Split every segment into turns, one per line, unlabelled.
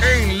En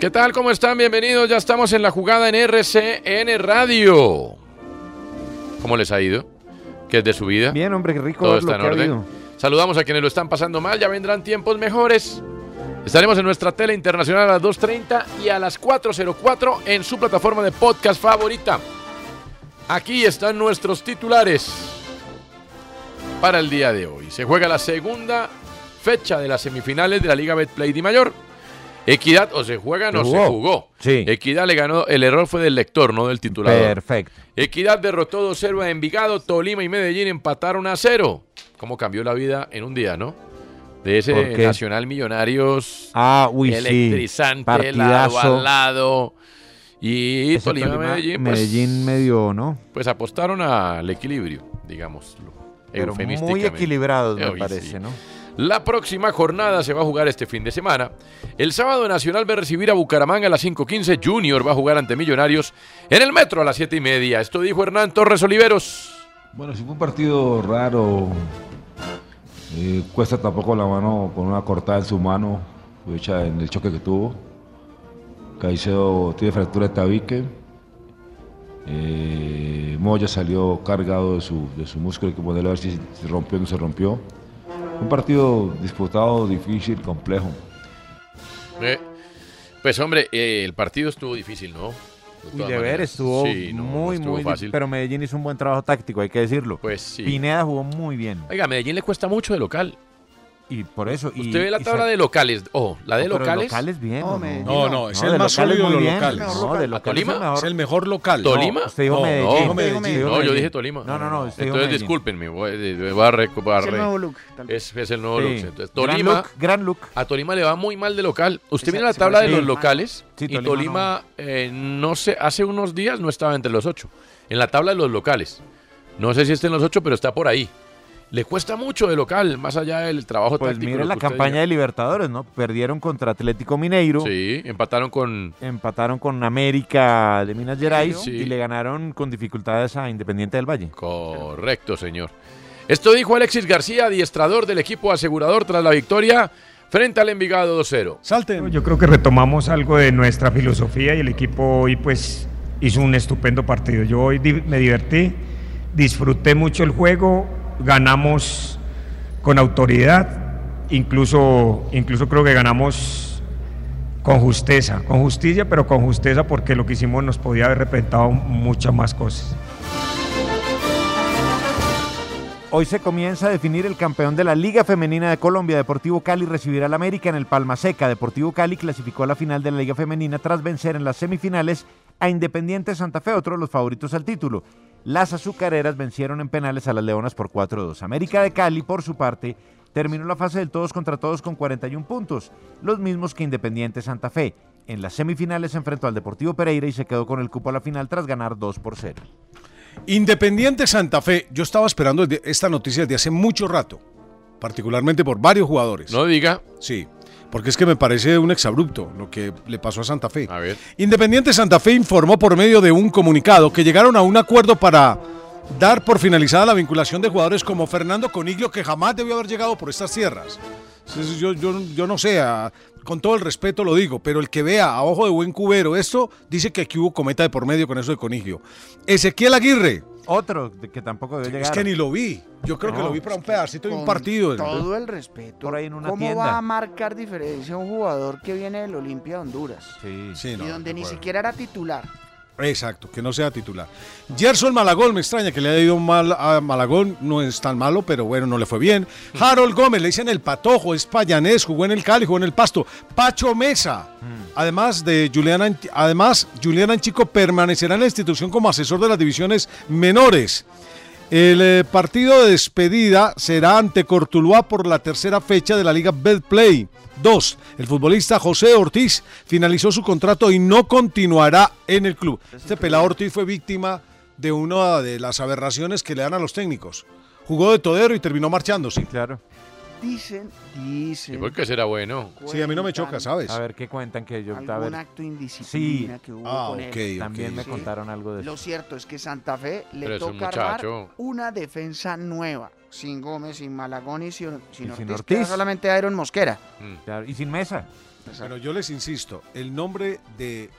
¿Qué tal? ¿Cómo están? Bienvenidos. Ya estamos en la jugada en RCN Radio. ¿Cómo les ha ido? ¿Qué es de su vida?
Bien, hombre, qué rico.
Todo
ver lo
está en
que ha
orden.
habido.
Saludamos a quienes lo están pasando mal. Ya vendrán tiempos mejores. Estaremos en nuestra tele internacional a las 2.30 y a las 4.04 en su plataforma de podcast favorita. Aquí están nuestros titulares para el día de hoy. Se juega la segunda fecha de las semifinales de la Liga Betplay Di Mayor. Equidad o se juega o
Se
se
jugó.
jugó.
Sí.
Equidad le ganó, el error fue del lector, no del titulador.
Perfecto.
Equidad derrotó 2-0 a Envigado, Tolima y Medellín empataron a 0. ¿Cómo cambió la vida en un día, no? De ese
¿Por qué?
Nacional Millonarios
Ah, uy, sí.
electrizante, lado a lado. Y
Ese
Tolima,
Tolima,
Medellín, pues,
Medellín medio, ¿no?
pues apostaron al equilibrio, digámoslo.
Pero muy
eufemísticamente.
equilibrados, me
Uy, sí.
parece, ¿no?
La próxima jornada se va a jugar este fin de semana. El sábado Nacional va a recibir a Bucaramanga a las 5.15. Junior va a jugar ante Millonarios en el metro a las 7.30. Esto dijo Hernán Torres Oliveros.
Bueno, si fue un partido raro, eh, cuesta tampoco la mano con una cortada en su mano, fue hecha en el choque que tuvo. Caicedo tiene fractura de tabique. Eh, Moya salió cargado de su, de su músculo, hay que ponerlo a ver si se rompió o no se rompió. Un partido disputado, difícil, complejo.
Eh, pues hombre, eh, el partido estuvo difícil, ¿no? De
Uy,
todas
de ver,
maneras.
estuvo
Sí, no, no
muy,
estuvo
muy
fácil.
difícil. Pero Medellín hizo un buen trabajo táctico, hay que decirlo.
Pues sí.
Pineda jugó muy bien.
Oiga, a Medellín le cuesta mucho de local.
Y por eso. y-
Usted ve la
y
tabla
se-
de locales. Ojo, la de
No, pero
locales.
locales bien.
No,
¿o
Medellín
No, no, es
de
el más
locales
sólido de
muy
los
bien.
locales.
No, de locales
Tolima?
es el mejor.
Es el mejor local.
¿Tolima?
No, usted dijo
No,
Medellín.
no,
Medellín.
Usted dijo
No, yo
Medellín.
dije Tolima.
No, no, no. usted dijo
Entonces
Medellín.
discúlpenme, voy, eh, voy a re- voy a
Es el
re-
nuevo look. tal vez.
es, es el nuevo
Sí.
Lux. Entonces,
Gran
Tolima,
look, Gran look.
a Tolima le va muy mal de local. Usted
Se-
mira la
se
tabla de
parece
los
a-
locales
Sí,
y
Tolima
Tolima eh, no sé, hace unos días no estaba entre los ocho. En la tabla de los locales. No sé si está en los ocho, pero está por ahí. Le cuesta mucho de local, más allá del trabajo
Pues
táctico.
mire
lo
la
que usted
campaña de
diga.
Libertadores, ¿no? Perdieron contra Atlético Mineiro.
Sí, empataron con
Empataron con América de Minas Gerais
Sí.
y le ganaron con dificultades a Independiente del Valle.
Correcto, señor. Esto dijo Alexis García, adiestrador del equipo asegurador tras la victoria frente al Envigado 2-0.
Salten.
Yo creo que retomamos algo de nuestra filosofía y el equipo hoy pues hizo un estupendo partido. Yo hoy di- me divertí, disfruté mucho el juego, ganamos con autoridad, incluso, incluso creo que ganamos con justeza, con justicia, pero con justeza porque lo que hicimos nos podía haber representado muchas más cosas.
Hoy se comienza a definir el campeón de la Liga Femenina de Colombia. Deportivo Cali recibirá al América en el Palma Seca. Deportivo Cali clasificó a la final de la Liga Femenina tras vencer en las semifinales a Independiente Santa Fe, otro de los favoritos al título. Las azucareras vencieron en penales a las Leonas por 4-2. América de Cali, por su parte, terminó la fase del todos contra todos con 41 puntos, los mismos que Independiente Santa Fe. En las semifinales se enfrentó al Deportivo Pereira y se quedó con el cupo a la final tras ganar 2 por 0.
Independiente Santa Fe, yo estaba esperando desde- esta noticia desde hace mucho rato, particularmente por varios jugadores.
No diga.
Sí, porque es que me parece un exabrupto lo que le pasó a Santa Fe. Independiente Santa Fe informó por medio de un comunicado que llegaron a un acuerdo para dar por finalizada la vinculación de jugadores como Fernando Coniglio, que jamás debió haber llegado por estas tierras. Entonces, Yo, yo- yo no sé, a- con todo el respeto lo digo, pero el que vea a ojo de buen cubero esto, dice que aquí hubo cometa de por medio con eso de Coniglio. Esequiel Aguirre.
Otro que tampoco debió
Es
llegar.
que ni lo vi. Yo creo que
No,
lo vi para un pedacito de un
con
partido.
Todo el respeto.
Por ahí en una
¿Cómo
tienda.
va a marcar diferencia un jugador que viene del Olimpia de Honduras?
Sí,
no,
y
de
donde ni
acuerdo.
siquiera era titular.
Exacto, que no sea titular. Gerson Malagón, me extraña que le haya ido mal a Malagón, no es tan malo, pero bueno, no le fue bien.
Mm.
Harold Gómez, le dicen el patojo, es payanés, jugó en el Cali, jugó en el Pasto. Pacho Mesa,
Mm.
además de Julián, Ant- además Julián Anchico permanecerá en la institución como asesor de las divisiones menores. El eh, partido de despedida será ante Cortuluá por la tercera fecha de la Liga Betplay 2. El futbolista José Ortiz finalizó su contrato y no continuará en el club. Este pelado Ortiz fue víctima de una de las aberraciones que le dan a los técnicos. Jugó de todero y terminó marchándose.
Claro.
Dicen, dicen.
Yo creo que será bueno.
Sí, a mí no me choca, ¿sabes?
A ver, ¿qué cuentan que yo? a
algún
ver.
acto de indisciplina
Sí.
que hubo
Ah,
con él.
ok, ok. También me contaron algo
Pues
de
Lo
eso.
cierto es que Santa Fe le
Pero es un
toca armar
muchacho.
una defensa nueva. Sin Gómez, sin Malagón y sin, sin
Y
Ortiz.
sin
queda
Ortiz.
solamente Aaron Mosquera.
Claro, Y sin Mesa.
Mm. Pero yo les insisto, el nombre de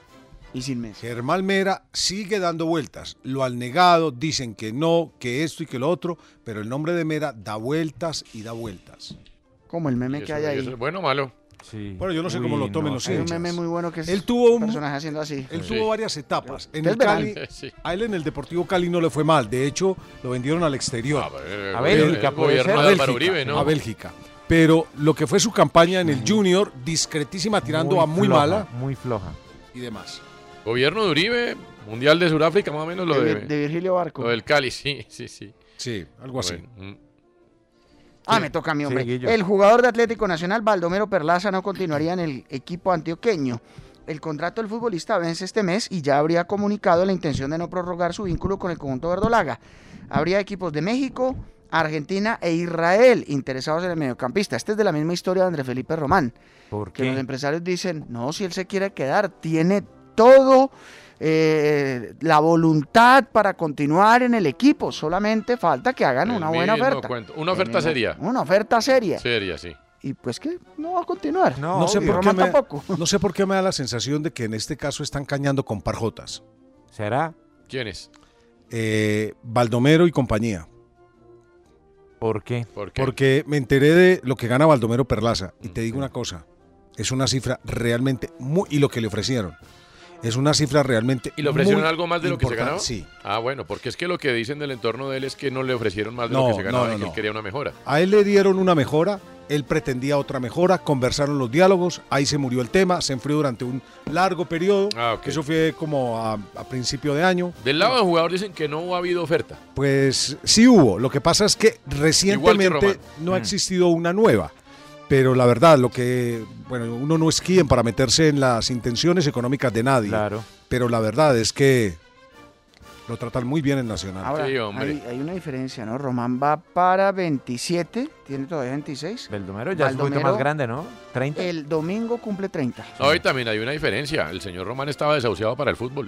y sin Mesa.
Germán Mera sigue dando vueltas. Lo han negado, dicen que no, que esto y que lo otro, pero el nombre de Mera da vueltas y da vueltas.
Como el meme que hay ahí.
¿Es bueno o malo?
Sí.
Bueno, yo no sé cómo lo tomen los
Hay un
hinchas.
meme muy bueno que es
Él tuvo un
personaje haciendo así.
Él tuvo varias etapas. En
Ustedes
el Cali,
verán.
a él en el Deportivo Cali no le fue mal. De hecho, lo vendieron al exterior.
eh, A Bélgica, el puede gobierno ser. de
A
Álvaro
Bélgica,
Uribe, ¿no?
a Bélgica. Pero lo que fue su campaña en el Junior, discretísima, tirando a muy
floja,
mala
Muy floja.
y demás.
Gobierno de Uribe, Mundial de Sudáfrica, más o menos lo
De
de,
Vir- de Virgilio Barco.
Lo del Cali, sí, sí, sí. mm,
Sí, algo
así.
Ah, me toca a mí, hombre.
Sí, Guillo.
el jugador de Atlético Nacional, Baldomero Perlaza, no continuaría en el equipo antioqueño. El contrato del futbolista vence este mes y ya habría comunicado la intención de no prorrogar su vínculo con el conjunto verdolaga. Habría equipos de México, Argentina e Israel interesados en el mediocampista. Esta es de la misma historia de André Felipe Román.
¿Por
Que los empresarios dicen, no, si él se quiere quedar, tiene todo eh, la voluntad para continuar en el equipo. Solamente falta que hagan una buena
Mismo
oferta.
cuento. Una oferta seria.
Una oferta seria.
Seria, sí.
Y pues que no va a continuar.
No, sé por qué
Román
me,
tampoco.
no sé por qué me da la sensación de que en este caso están cañando con parjotas.
¿Será?
¿Quién es?
Eh, Baldomero y compañía.
¿Por qué?
Porque me enteré de lo que gana Baldomero Perlaza. Y te digo una cosa, es una cifra realmente muy... Y lo que le ofrecieron. Es una cifra realmente...
¿Y le ofrecieron
muy
algo más de lo que se
importante.
ganaba?
Sí.
Ah, bueno, porque es que lo que dicen del entorno de él es que no le ofrecieron más de
No,
lo que se
no,
ganaba
no,
y que él
no.
quería una mejora.
A él le dieron una mejora, él pretendía otra mejora, conversaron los diálogos, ahí se murió el tema, se enfrió durante un largo periodo.
Ah,
Eso fue como a, a principio de año.
Del lado del jugador dicen que no ha habido oferta.
Pues sí hubo. Lo que pasa es que
Román.
recientemente no ha
Mm.
existido una nueva. Pero la verdad, lo que. Bueno, uno no es quien para meterse en las intenciones económicas de nadie.
Claro.
Pero la verdad es que lo tratan muy bien en Nacional.
Ahora, hay, hay una diferencia, ¿no? Román va para 27, tiene todavía 26.
Baldomero ya es un poquito
Baldomero,
más grande, ¿no? 30.
El domingo cumple 30.
No, Hoy también hay una diferencia. El señor Román estaba desahuciado para el fútbol.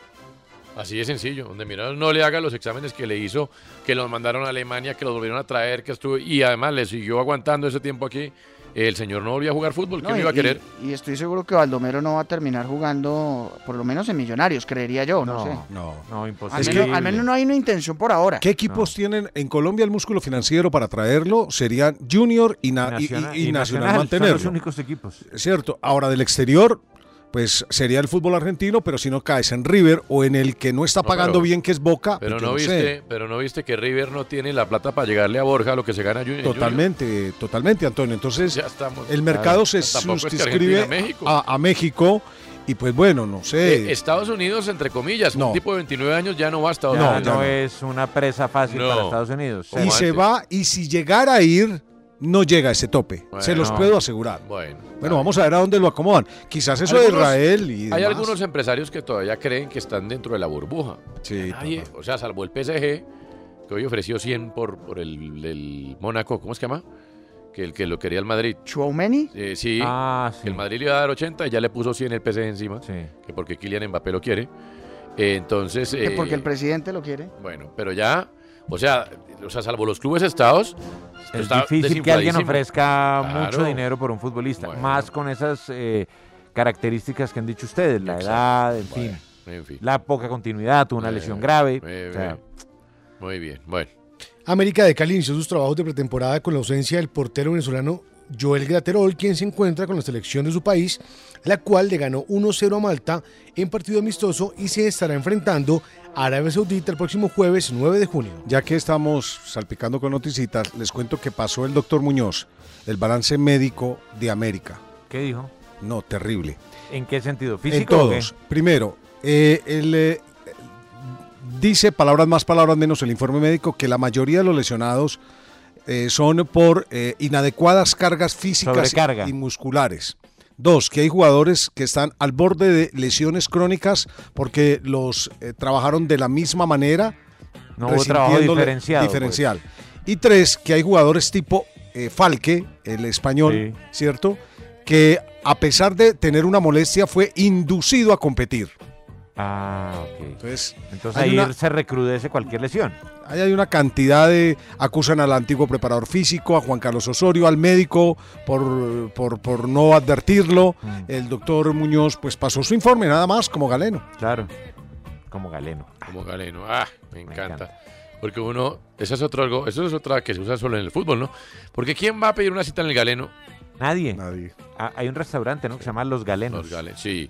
Así de sencillo. Donde Mirar no le haga los exámenes que le hizo, que los mandaron a Alemania, que los volvieron a traer, que estuvo. Y además le siguió aguantando ese tiempo aquí. El señor no volvió a jugar fútbol. ¿Quién
No,
lo
y-
iba a querer?
Y, y estoy seguro que Baldomero no va a terminar jugando, por lo menos en Millonarios, creería yo, no, sé.
No, pues
no,
Al
imposible.
menos, al menos no hay una intención por ahora.
¿Qué equipos tienen en Colombia el músculo financiero para traerlo? Serían Junior y, Na- y- y- y
Nacional-
Nacional,
y Nacional, son los
mantenerlo.
únicos equipos.
Cierto. Ahora del exterior, pues sería el fútbol argentino, pero si no caes en River o en el que no está
No,
pagando
pero-
bien, que es Boca.
Pero
pues,
no,
yo sé.
viste, pero no viste que River no tiene la plata para llegarle a Borja lo que se gana Junior.
Totalmente, totalmente, Antonio. Entonces,
estamos.
el mercado
Claro.
se
Tampoco es que
suscribe
Argentina, México.
a, a México y pues bueno, no
Eh,
sé.
Estados Unidos, entre comillas,
No.
un tipo de 29 años ya no va a Estados
No,
Unidos.
ya no
es una presa fácil
No.
para Estados Unidos.
y se va, y si llegara a ir, no llega a ese tope. se los
Bueno.
puedo asegurar.
Bueno.
Bueno, vamos a ver a dónde lo acomodan. Quizás eso de
Algunos-
Israel y
Hay
demás.
algunos empresarios que todavía creen que están dentro de la burbuja. Nadie, o sea, salvo el PSG, que hoy ofreció 100 por, por el, el Mónaco, ¿cómo se llama? Que el que lo quería el Madrid.
¿Chouameni?
Eh, sí,
Ah,
que el Madrid le iba a dar 80 y ya le puso 100 el PSG encima, que porque Kylian Mbappé lo quiere. Eh, entonces,
Que
eh,
porque el presidente lo quiere.
bueno, pero ya, o sea, o sea, salvo los clubes estados, esto
Es
está
difícil que alguien
desinfladísimo.
ofrezca
Claro.
mucho dinero por un futbolista, más con esas eh, características que han dicho ustedes, la
Exacto.
edad, en
Bueno,
fin,
en fin.
la poca continuidad, tuvo una
Eh,
lesión grave.
eh,
o sea,
Muy bien, bueno.
América de Cali inició sus trabajos de pretemporada con la ausencia del portero venezolano Joel Graterol, quien se encuentra con la selección de su país, la cual le ganó 1-0 a Malta en partido amistoso y se estará enfrentando a Arabia Saudita el próximo jueves 9 de junio.
Ya que estamos salpicando con noticitas, les cuento que pasó el doctor Muñoz, el balance médico de América.
¿Qué dijo?
No, terrible.
¿En qué sentido? ¿Físico?
en
o qué?
todos. Primero, eh, él eh, dice palabras más, palabras menos el informe médico que la mayoría de los lesionados eh, son por eh, inadecuadas cargas físicas
Sobrecarga.
y musculares. Dos, que hay jugadores que están al borde de lesiones crónicas porque los eh, trabajaron de la misma manera.
No hubo trabajo
resintiéndole-
diferenciado, pues.
Diferencial. Y tres, que hay jugadores tipo eh, Falque, el español, ¿cierto? Que a pesar de tener una molestia fue inducido a competir.
Ah, ok.
Entonces,
Entonces
hay
ahí
una-
se recrudece cualquier lesión.
Ahí hay una cantidad de... Acusan al antiguo preparador físico, a Juan Carlos Osorio, al médico por, por, por no advertirlo.
Mm.
El doctor Muñoz pues pasó su informe, nada más, como galeno.
Claro, como galeno.
Como Galeno. Ah, me encanta. Porque uno, esa es otro algo, eso es otra que se usa solo en el fútbol, ¿no? Porque ¿quién va a pedir una cita en el Galeno?
Nadie. Ah,
Nadie.
hay un restaurante, ¿no? Que se llama Los Galenos.
Los Gale- sí.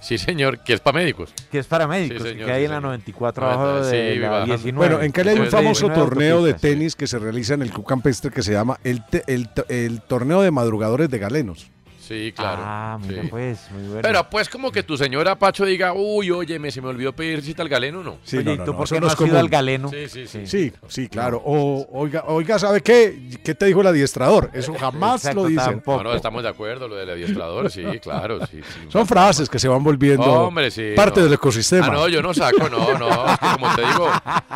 Sí, señor, que es para médicos.
Que es para médicos,
Sí,
y
señor,
que hay
sí,
en la
señor.
94
Ah,
abajo
sí,
de la
bajando.
19.
Bueno, en Cali hay un
Entonces,
famoso
19
torneo de
autopistas.
tenis que se realiza en el Club Campestre que se llama el, te- el to- el Torneo de Madrugadores de Galenos.
Sí, claro.
Ah, mira,
Sí.
pues, muy bueno.
Pero pues como que tu señora Pacho diga, uy, oye, me se me olvidó pedir cita al Galeno, ¿no?
Sí, no, no, no, eso
qué
no es común.
Sí, sí, sí.
Sí, sí, claro. O, oiga, oiga, ¿sabe qué? ¿Qué te dijo el adiestrador? Eso
Eh,
jamás
Exacto,
lo dicen.
tampoco. No, no, estamos de acuerdo, lo del adiestrador, sí, claro, sí, sí.
Son frases que se van volviendo
Hombre, sí.
parte
no.
del ecosistema.
Ah, no, yo no saco, no, no. Es que como te digo,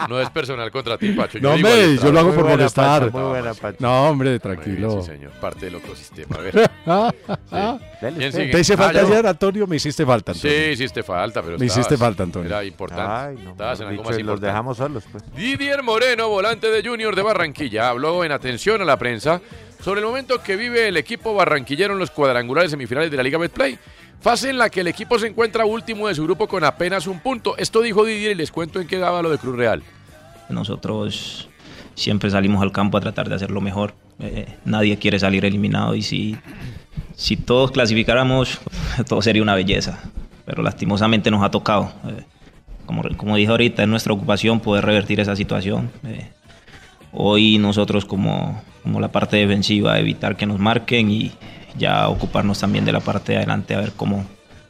no es personal contra ti, Pacho.
No,
digo
hombre,
adiestrador.
yo lo hago por
Muy buena,
molestar.
Pacho, muy buena, Pacho.
No, hombre,
Muy
tranquilo.
bien, sí, señor. Parte del ecosistema. A ver. Dale ¿Quién usted. sigue?
Te hice
Ah,
falta
yo.
ayer, Antonio, me hiciste falta. Antonio.
Sí, hiciste falta, pero
Me hiciste
estabas-
falta, Antonio. Ah,
Era importante.
Ay, no,
Estabas en
mejor
algo
dicho,
más
y los
importante.
dejamos solos, pues.
Didier Moreno, volante de Junior de Barranquilla, habló en atención a la prensa sobre el momento que vive el equipo barranquillero en los cuadrangulares semifinales de la Liga Betplay. Fase en la que el equipo se encuentra último de su grupo con apenas un punto. Esto dijo Didier y les cuento en qué daba lo de Cruz Real.
Nosotros siempre salimos al campo a tratar de hacerlo mejor. Eh, nadie quiere salir eliminado y si, si todos clasificáramos, todo sería una belleza. Pero lastimosamente nos ha tocado. Eh, como, como dije ahorita, es nuestra ocupación poder revertir esa situación. Eh, hoy nosotros como, como la parte defensiva, evitar que nos marquen y ya ocuparnos también de la parte de adelante a ver cómo,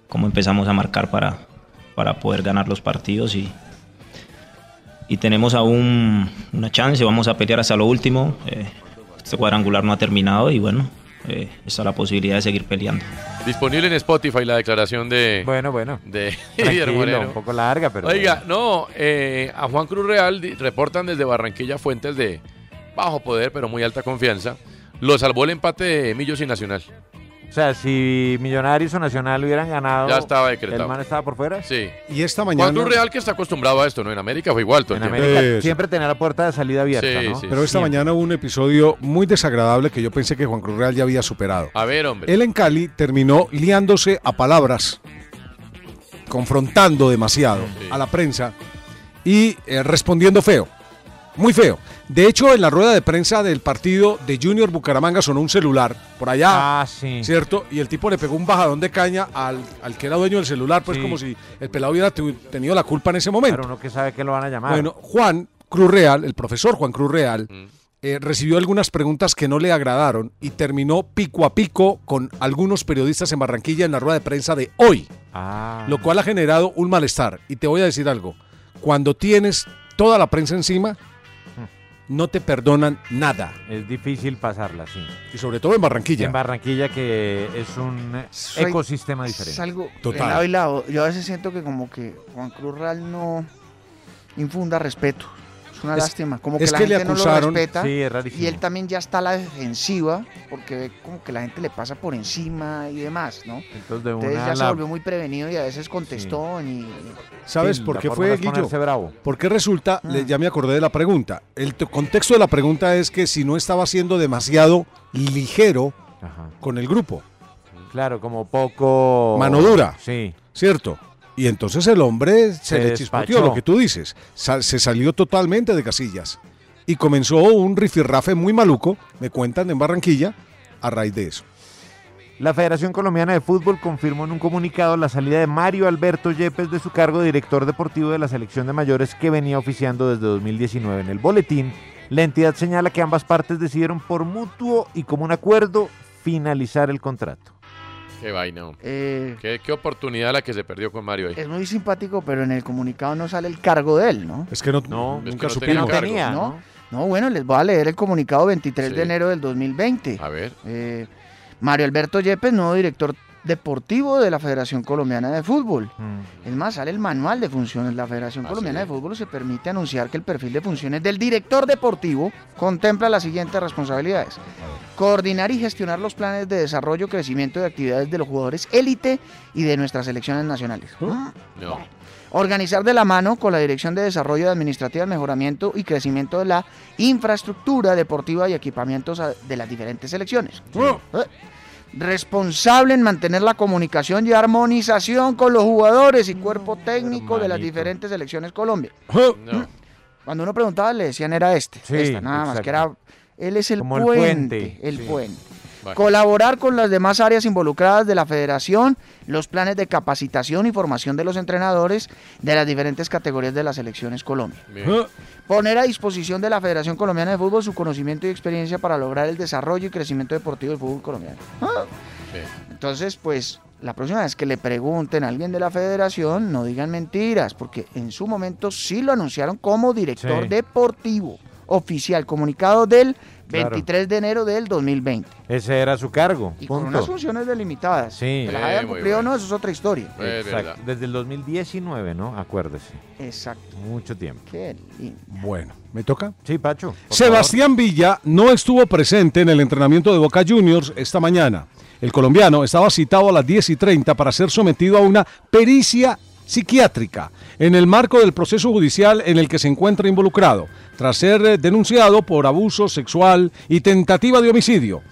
cómo empezamos a marcar para, para poder ganar los partidos y, y tenemos aún una chance, vamos a pelear hasta lo último. Eh, este cuadrangular no ha terminado y bueno, eh, está la posibilidad de seguir peleando.
Disponible en Spotify la declaración de.
Bueno, bueno.
De Didier
Tranquilo,
Moreno.
un poco larga, pero
Oiga, no, eh, a Juan Cruz Real di- reportan desde Barranquilla fuentes de bajo poder, pero muy alta confianza. Lo salvó el empate de Millos y Nacional.
O sea, si Millonarios o Nacional hubieran ganado,
Ya estaba decretado.
Ah, ¿el man estaba por fuera?
Sí.
Y esta
Juan Cruz Real que está acostumbrado a esto, ¿no? En América fue igual todo el
En
tiempo.
América siempre tenía la puerta de salida abierta,
Sí,
¿no?
sí,
Pero esta mañana hubo un episodio muy desagradable que yo pensé que Juan Cruz Real ya había superado.
A ver, hombre.
Él en Cali terminó liándose a palabras, confrontando demasiado a la prensa y eh, respondiendo feo. Muy feo. De hecho, en la rueda de prensa del partido de Junior Bucaramanga sonó un celular por allá. ¿Cierto? Y el tipo le pegó un bajadón de caña al, al que era dueño del celular, pues
Sí.
como si el pelado hubiera tu- tenido la culpa en ese momento.
Pero uno que sabe que lo van a llamar.
Bueno, Juan Cruz Real, el profesor Juan Cruz Real,
Mm.
eh, recibió algunas preguntas que no le agradaron y terminó pico a pico con algunos periodistas en Barranquilla en la rueda de prensa de hoy,
Ah.
lo cual ha generado un malestar. Y te voy a decir algo, cuando tienes toda la prensa encima, no te perdonan nada.
Es difícil pasarla, sí.
Y sobre todo en Barranquilla.
En Barranquilla, que es un eh,
Soy-
ecosistema diferente.
Es algo de lado y lado. Yo a veces siento que como que Juan Cruz Real no infunda respeto. Es una
Es-
lástima. Como
es
que la
que le
gente no
acusaron-
lo respeta.
Sí, es rarísimo.
y él también ya está a la defensiva porque ve como que la gente le pasa por encima y demás, ¿no?
Entonces, de
Entonces
una
ya se
la-
volvió muy prevenido y a veces contestó y...
¿Sabes
Sí,
por
la
qué
forma
fue,
no es
Guillo?
ponerse bravo.
Porque resulta, le- ya me acordé de la pregunta. El t- contexto de la pregunta es que si no estaba siendo demasiado ligero con el grupo.
Claro, como poco.
Mano dura.
Sí.
¿Cierto? Y entonces el hombre se,
Se
le chispoteó
despachó.
lo que tú dices. Sa- se salió totalmente de casillas. Y comenzó un rifirrafe muy maluco, me cuentan en Barranquilla, a raíz de eso.
La Federación Colombiana de Fútbol confirmó en un comunicado la salida de Mario Alberto Yepes de su cargo de director deportivo de la selección de mayores que venía oficiando desde 2019. En el boletín, la entidad señala que ambas partes decidieron por mutuo y como un acuerdo finalizar el contrato.
Qué vaina. hombre.
Eh,
qué, qué oportunidad la que se perdió con Mario ahí.
Es muy simpático, pero en el comunicado no sale el cargo de él, ¿no?
Es que no,
es Pues que nunca no tenía supimos. cargo.
¿no? No, bueno, les voy a leer el comunicado 23
Sí.
de enero del 2020.
A ver.
Eh, Mario Alberto Yepes, nuevo director deportivo de la Federación Colombiana de Fútbol.
Mm.
Es más, sale el manual de funciones. La
Ah,
Federación Colombiana de Fútbol se permite anunciar que el perfil de funciones del director deportivo contempla las siguientes responsabilidades. Coordinar y gestionar los planes de desarrollo, crecimiento de actividades de los jugadores élite y de nuestras selecciones nacionales. Ah.
No.
Organizar de la mano con la Dirección de Desarrollo Administrativo, Mejoramiento y Crecimiento de la Infraestructura Deportiva y Equipamientos a- de las diferentes selecciones.
Oh.
Eh. Responsable en mantener la comunicación y armonización con los jugadores y cuerpo
Mm.
técnico de las diferentes selecciones Colombia. Mm.
No.
Cuando uno preguntaba le decían era este,
Oh. Sí,
esta, nada más
exacto.
que era él es el
Como el
puente,
puente,
el
sí.
puente.
Vale.
Colaborar con las demás áreas involucradas de la federación, los planes de capacitación y formación de los entrenadores de las diferentes categorías de las selecciones Colombia.
Bien.
Poner a disposición de la Federación Colombiana de Fútbol su conocimiento y experiencia para lograr el desarrollo y crecimiento deportivo del fútbol colombiano. Ah.
Bien.
Entonces, pues, la próxima vez que le pregunten a alguien de la federación, no digan mentiras, porque en su momento sí lo anunciaron como director
Sí.
deportivo oficial, comunicado del
Claro.
23 de enero del 2020.
Ese era su cargo.
Con
punto.
unas funciones delimitadas.
Sí.
Que las
Eh,
hayan
muy
cumplido o
bueno.
no, eso es otra historia.
Exacto. Desde el 2019, ¿no? Acuérdese.
Exacto.
Mucho tiempo.
Qué lindo.
Bueno, ¿me toca?
Sí, Pacho. por
Sebastián Villa no estuvo presente en el entrenamiento de Boca Juniors esta mañana. El colombiano estaba citado a las 10 y 30 para ser sometido a una pericia psiquiátrica en el marco del proceso judicial en el que se encuentra involucrado, tras ser eh, denunciado por abuso sexual y tentativa de homicidio.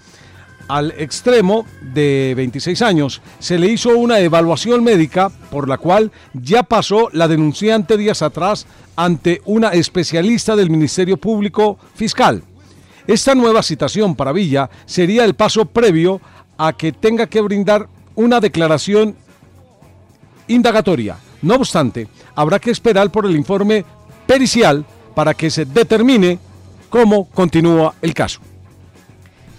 Al extremo de 26 años se le hizo una evaluación médica por la cual ya pasó la denunciante días atrás ante una especialista del Ministerio Público Fiscal. Esta nueva citación para Villa sería el paso previo a que tenga que brindar una declaración indagatoria. No obstante, habrá que esperar por el informe pericial para que se determine cómo continúa el caso.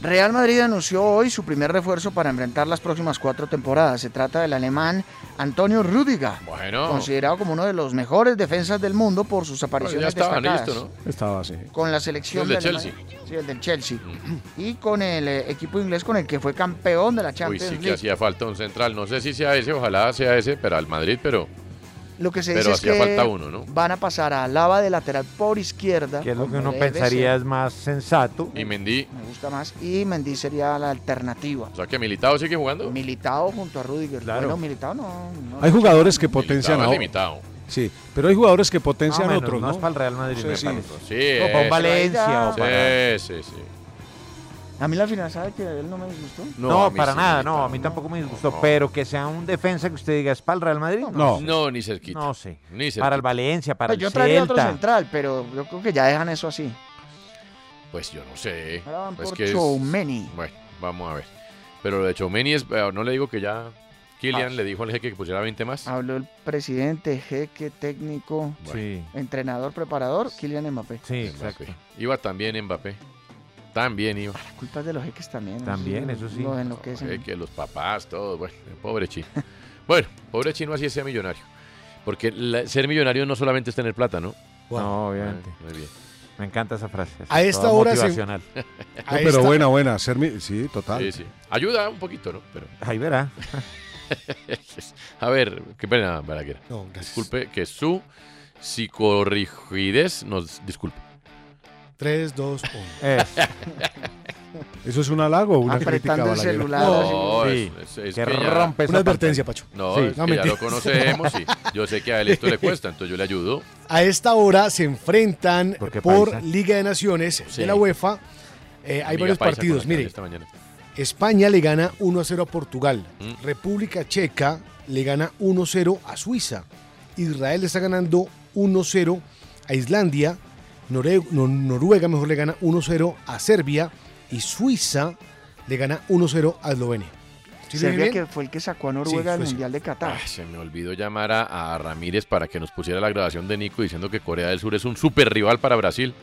Real Madrid anunció hoy su primer refuerzo para enfrentar las próximas cuatro temporadas. Se trata del alemán Antonio Rüdiger,
Bueno.
considerado como uno de los mejores defensas del mundo por sus
ya
apariciones
estaban
destacadas
listo, ¿no?
Estaba así.
con la selección
El de
Alemania. Sí, el del Chelsea.
Mm.
Y con el eh, equipo inglés con el que fue campeón de la
Uy,
Champions
sí que
League.
hacía falta un central. No sé si sea ese, ojalá sea ese, pero al Madrid, pero.
Lo que se
pero
dice
hacía
es que
falta uno, ¿no?
van a pasar a Lava de lateral por izquierda.
favor. Que es lo que
como
uno
debe
pensaría
ser.
es más sensato.
Y Mendy.
Me gusta más. Y Mendy sería la alternativa.
O sea que Militao sigue jugando.
Militado junto a Rudiger. Bueno, Militado no. no
Hay
lo
jugadores que
echaron.
potencian a
Militao es
otros.
limitado.
Sí, pero hay jugadores que potencian
Más o
Ah,
a
menos,
otros,
no
¿no?
es para el Real Madrid,
Sí,
me
sí.
parece.
Sí.
O para un
ese.
Valencia, o
Sí,
para-
sí, sí.
A mí la final, ¿sabe que él no me disgustó?
No, para nada, no, a mí tampoco me disgustó,
no.
pero que sea un defensa que usted diga, ¿es para el Real Madrid?
No. No, ni cerquita.
No sé.
Ni cerquita.
Para el Valencia, para
Pues yo
el
traería otro
Celta.
central, pero yo creo que ya dejan eso así.
Pues yo no sé.
Ahora van
Pues
por
que es-
Tchoumeni.
Bueno, vamos a ver. Pero lo de Choumeni es. eh, No le digo que ya.
Ah.
Kylian le dijo al jeque que pusiera 20 más.
Habló el presidente, jeque, técnico,
Sí.
entrenador, preparador, Kylian Mbappé.
Sí,
Mbappé. Iba también Mbappé. También iba.
Culpas de los jeques también. Los enloquecen.
Eh, que los papás, todo. Bueno, el pobre chino. bueno, pobre chino así sea millonario. Porque la- ser millonario no solamente es tener plata, ¿no?
No, obviamente.
Ah, muy bien.
Me encanta esa frase.
A
es
esta
toda
hora se-
motivacional.
No,
No, pero buena, buena. ser mi- sí, total.
Sí, sí. Ayuda un poquito, ¿no? Pero...
Ahí verá.
a ver, qué pena, Balaguer.
No, gracias.
Disculpe que su psicorrigidez nos disculpe.
3, 2, 1.
¿Eso es un halago o una crítica
Apretando el
Balaguer?
celular,
No, es- es- es que ya-
Una advertencia, Pacho.
No,
Sí.
es que
No,
ya
mentira.
lo conocemos y yo sé que a él esto le cuesta, entonces yo le ayudo.
A esta hora se enfrentan
Porque
por
Paisa-
Liga de Naciones
Sí.
de la UEFA. Eh, hay
Amiga
varios
paisa
partidos.
con la que hablé
Mire,
esta mañana.
España le gana 1 a 0 a Portugal.
Mm.
República Checa le gana 1 a 0 a Suiza. Israel le está ganando 1 a 0 a Islandia. Norue- no- Noruega, mejor, le gana 1 a 0 a Serbia. Y Suiza le gana 1 a 0 a Eslovenia. ¿Sí le dije
Serbia
bien?
que fue el que sacó a
Sí,
Noruega del
fue sí.
Mundial de Qatar.
Ay, se me olvidó llamar a, a Ramírez para que nos pusiera la grabación de Nico diciendo que Corea del Sur es un super rival para Brasil.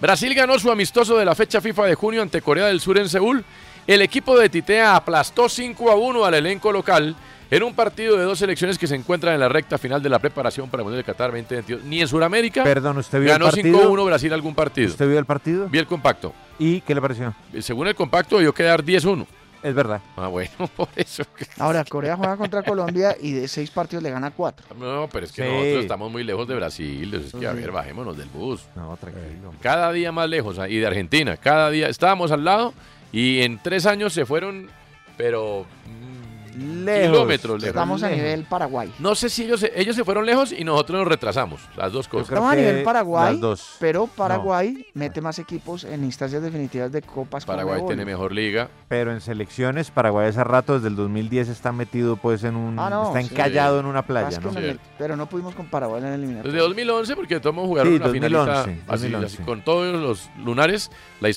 Brasil ganó su amistoso de la fecha FIFA de junio ante Corea del Sur en Seúl. El equipo de Titea aplastó 5 a 1 al elenco local en un partido de dos selecciones que se encuentran en la recta final de la preparación para el Mundial de Qatar 2022. Ni en Sudamérica
Perdón, ¿usted vio el
ganó
partido?
5 1 Brasil algún partido.
¿Usted vio el partido?
Vi el compacto.
¿Y qué le pareció?
Según el compacto debió quedar 10-1.
Es verdad.
Ah, bueno, por eso. que-
Ahora, Corea juega contra Colombia y de seis partidos le gana cuatro.
No, pero es que
Sí.
nosotros estamos muy lejos de Brasil. Es que, a
Sí.
ver, bajémonos del bus. Eh,
No, tranquilo.
Cada día más lejos. ah, Y de Argentina. Cada día. Estábamos al lado y en tres años se fueron, pero. mm, Kilómetros lejos.
Estamos a nivel Paraguay.
No sé si ellos, se- ellos se fueron lejos y nosotros nos retrasamos. Las dos cosas.
Estamos a nivel Paraguay,
las dos.
pero Paraguay mete más equipos en instancias definitivas de Copas
Paraguay
Conmebol.
tiene mejor liga.
Pero en selecciones, Paraguay hace rato, desde el 2010, está metido pues en un...
Ah, no,
está
sí.
encallado en una
Más
playa,
que
¿no?
nos met- Pero no pudimos con Paraguay en el eliminatorio.
Desde 2011, porque todos jugaron
Sí,
una finalista
2011,
así- así,
2011.
con todos los lunares. La his-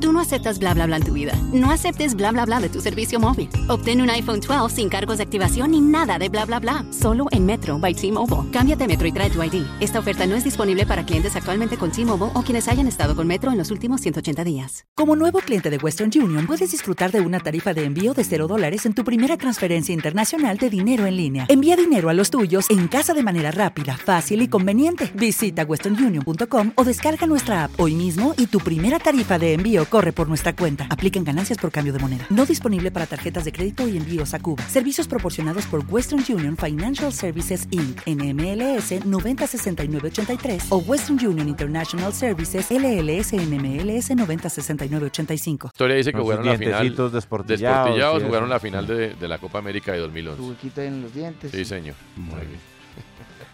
Tú no aceptas bla bla bla en tu vida. No aceptes bla bla bla de tu servicio móvil. Obtén un iPhone 12 sin cargos de activación ni nada de bla bla bla. Solo en Metro by T-Mobile. Cámbiate a Metro y trae tu ID. Esta oferta no es disponible para clientes actualmente con T-Mobile o quienes hayan estado con Metro en los últimos 180 días.
Como nuevo cliente de Western Union, puedes disfrutar de una tarifa de envío de 0 dólares en tu primera transferencia internacional de dinero en línea. Envía dinero a los tuyos en casa de manera rápida, fácil y conveniente. Visita westernunion.com o descarga nuestra app hoy mismo y tu primera tarifa de envío corre por nuestra cuenta. Aplican ganancias por cambio de moneda. No disponible para tarjetas de crédito y envíos a Cuba. Servicios proporcionados por Western Union Financial Services Inc. NMLS 906983 o Western Union International Services LLS NMLS 906985.
historia dice que
Con sus
jugaron la final.
dientecitos desportillados,
desportillados,
y eso.
jugaron la final de, de la Copa América de 2011.
en los dientes.
Sí, señor. Muy bien.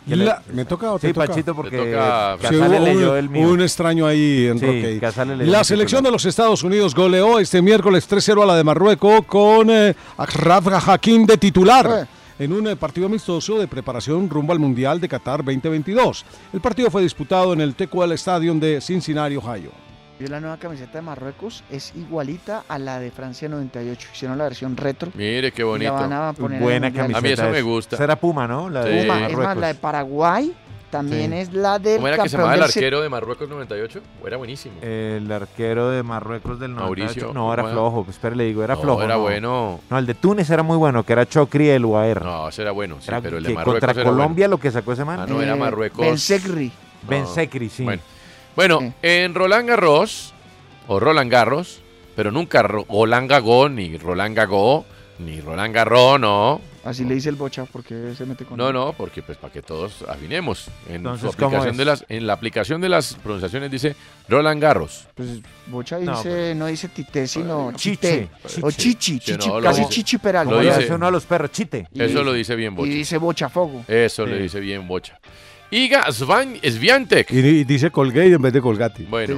La- ¿Me toca o te
Sí,
toca?
Pachito, porque
Te toca-
Sí,
Casale
hubo
leyó
un-
el mío.
hubo un extraño ahí en
Sí,
Roque.
Casale leyó
La
el
selección de los Estados Unidos goleó este miércoles 3-0 a la de Marruecos con eh, Achraf Hakim de titular. En un eh, partido amistoso de preparación rumbo al Mundial de Qatar 2022. El partido fue disputado en el TQL Stadium de Cincinnati, Ohio.
Yo la nueva camiseta de Marruecos es igualita a la de Francia 98. Hicieron la versión retro.
Mire qué
Y la
bonito.
van a poner en
Buena
el Mundial.
camiseta.
A mí eso me
es.
gusta.
Esa era Puma, ¿no? La de
Sí.
Puma, es
Marruecos.
más, la de Paraguay también
Sí.
es la del
¿Cómo era que se
campeón
llamaba el
del se-
arquero de Marruecos 98? Era buenísimo.
El arquero de Marruecos del 98.
Mauricio,
no, era
¿cómo era?
flojo. Pues, espere, le digo, era
No,
flojo.
era bueno.
No, el de Túnez era muy bueno, que era Chocri el Guaer.
No, ese era bueno, sí,
Era
pero el de
que
Marruecos
contra
era
Colombia lo que sacó ese man.
bueno. Ah, no,
Eh,
era Marruecos.
Ben
No.
Secri, sí.
Bueno, Bueno, en Roland Garros, o Roland Garros, pero nunca Ro- Roland Gagó, ni Roland Gagó, ni Roland Garros, no.
Así le dice el bocha porque se mete con
No, no, porque pues para que todos afinemos. En, su
Entonces, ¿cómo
aplicación
es?
de las, en la aplicación de las pronunciaciones dice Roland Garros.
Pues bocha dice,
No,
no,
pues,
dice tité, sino
Chiche.
chite. O chichi,
Chiche,
chichi,
no, lo
casi
dice-
chichi peral.
lo Como le dice- hace uno
a los perros, chite.
Eso lo dice bien
Y
Bocha.
dice bochafogo.
Eso lo
Sí.
dice bien Bocha. Iga Svan- Swiatek.
Y, y dice Colgate en vez de Colgate.
Bueno,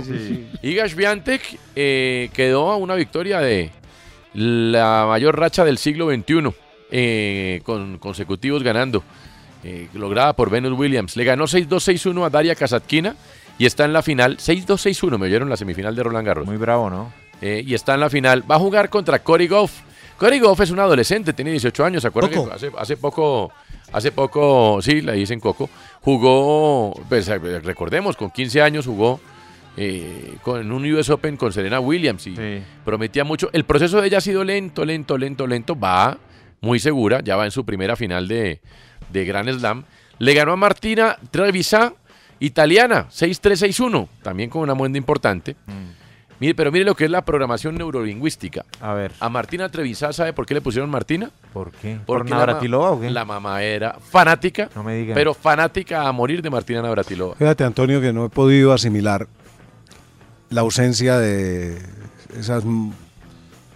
Iga Swiatek eh, quedó a una victoria de la mayor racha del siglo XXI, eh, con consecutivos ganando, eh, lograda por Venus Williams. Le ganó 6-2-6-1 a Daria Kazatkina y está en la final. 6-2-6-1, me oyeron la semifinal de Roland Garros. Muy
bravo, ¿no?
y está en la final. Va a jugar contra Cory Goff. Cory Goff es un adolescente, tiene 18 años, ¿se acuerdan? que
Coco.
hace, hace poco, hace poco, sí, le dicen Coco, jugó, pues, eh, recordemos, con 15 años jugó eh, con en un US Open con Serena Williams y prometía mucho. El proceso de ella ha sido lento, lento, lento, lento, va muy segura, ya va en su primera final de, de Grand Slam. Le ganó a Martina Trevisan, italiana, 6-3-6-1, también con una muenda importante. Mire, pero mire lo que es la programación neurolingüística.
A ver.
A Martina Trevisan, ¿sabe por qué le pusieron Martina?
¿Por qué? ¿Por
Porque la ma-
Navratilova o qué?
La mamá era fanática,
No me digan.
pero fanática a morir de Martina Navratilova.
Fíjate, Antonio, que no he podido asimilar la ausencia de esas mm,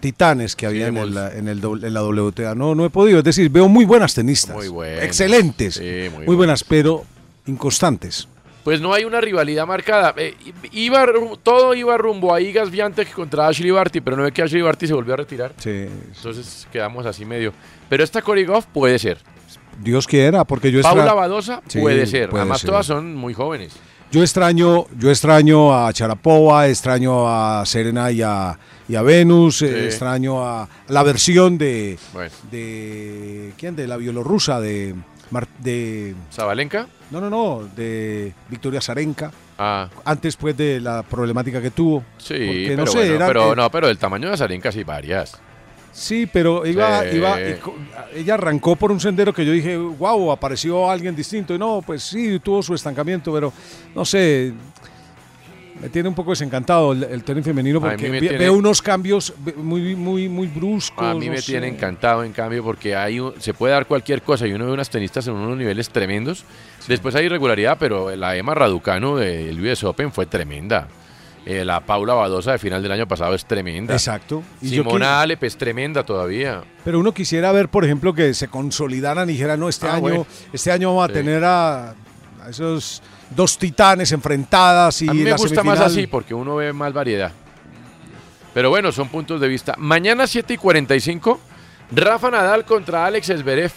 titanes que había en, la, en, el doble- en la WTA. No, no he podido. Es decir, veo muy buenas tenistas.
Muy buenas.
Excelentes.
Sí, muy
muy,
buenas.
buenas, pero inconstantes.
Pues no hay una rivalidad marcada. Eh, iba, ru- todo iba rumbo a Igas Viantec contra Ashley Barty, pero no ve que Ashley Barty se volvió a retirar. Entonces quedamos así medio. Pero esta Cory Goff puede ser.
Dios quiera, porque yo
Paula
extra-
Badosa
Sí,
puede ser.
puede
Además,
ser.
todas son muy jóvenes.
Yo extraño, yo extraño a Charapova, extraño a Serena y a, y a Venus, eh,
Sí.
extraño a la versión de,
Bueno.
de ¿quién? De la bielorrusa de Mar- de
¿Zabalenka?
No, no, no, de Victoria Zarenka.
Ah,
Antes pues de la problemática que tuvo.
sí,
Porque,
pero,
no sé,
bueno,
era-
pero
eh,
no, pero del tamaño de Zarenka sí varias.
Sí, pero iba,
Sí.
iba, y co- ella arrancó por un sendero que yo dije, wow, apareció alguien distinto. Y no, pues sí, tuvo su estancamiento, pero no sé, me tiene un poco desencantado el, el tenis femenino
A mí
porque
me
ve-
tiene-
veo unos cambios ve- muy, muy, muy bruscos.
A mí
no
me
sé.
tiene encantado, en cambio, porque hay un- se puede dar cualquier cosa y uno ve unas tenistas en unos niveles tremendos. Después hay irregularidad, pero la Emma Raducano del US Open fue tremenda. Eh, la Paula Badosa de final del año pasado es tremenda.
Exacto. Y yo
Simona
quiero-
Alep es tremenda todavía.
Pero uno quisiera ver, por ejemplo, que se consolidaran y dijeran, no, este
Ah,
año,
bueno.
este año vamos
Sí.
a tener a, a esos dos titanes enfrentadas y
A mí me
la
gusta más
semifinal".
así porque uno ve más variedad. Pero bueno, son puntos de vista. Mañana 7 y 45, Rafa Nadal contra Alex Esberev.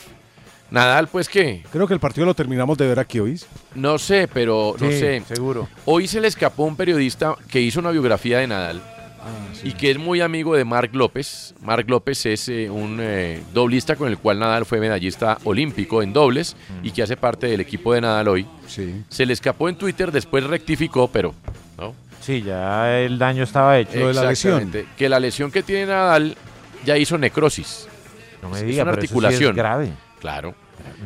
Nadal, pues que
Creo que el partido lo terminamos de ver aquí hoy.
no sé, pero no
Sí,
sé.
seguro.
Hoy se le escapó un periodista que hizo una biografía de Nadal
Ah,
y que es muy amigo de Marc López. Marc López es eh, un eh, doblista con el cual Nadal fue medallista olímpico en dobles
Mm.
y que hace parte del equipo de Nadal hoy.
Sí.
Se le escapó en Twitter, después rectificó, pero ¿no?
Sí, ya el daño estaba hecho.
Exactamente. Que la lesión que tiene Nadal ya hizo necrosis.
No me
Es-
diga,
es una
pero eso sí
articulación.
es grave.
Claro.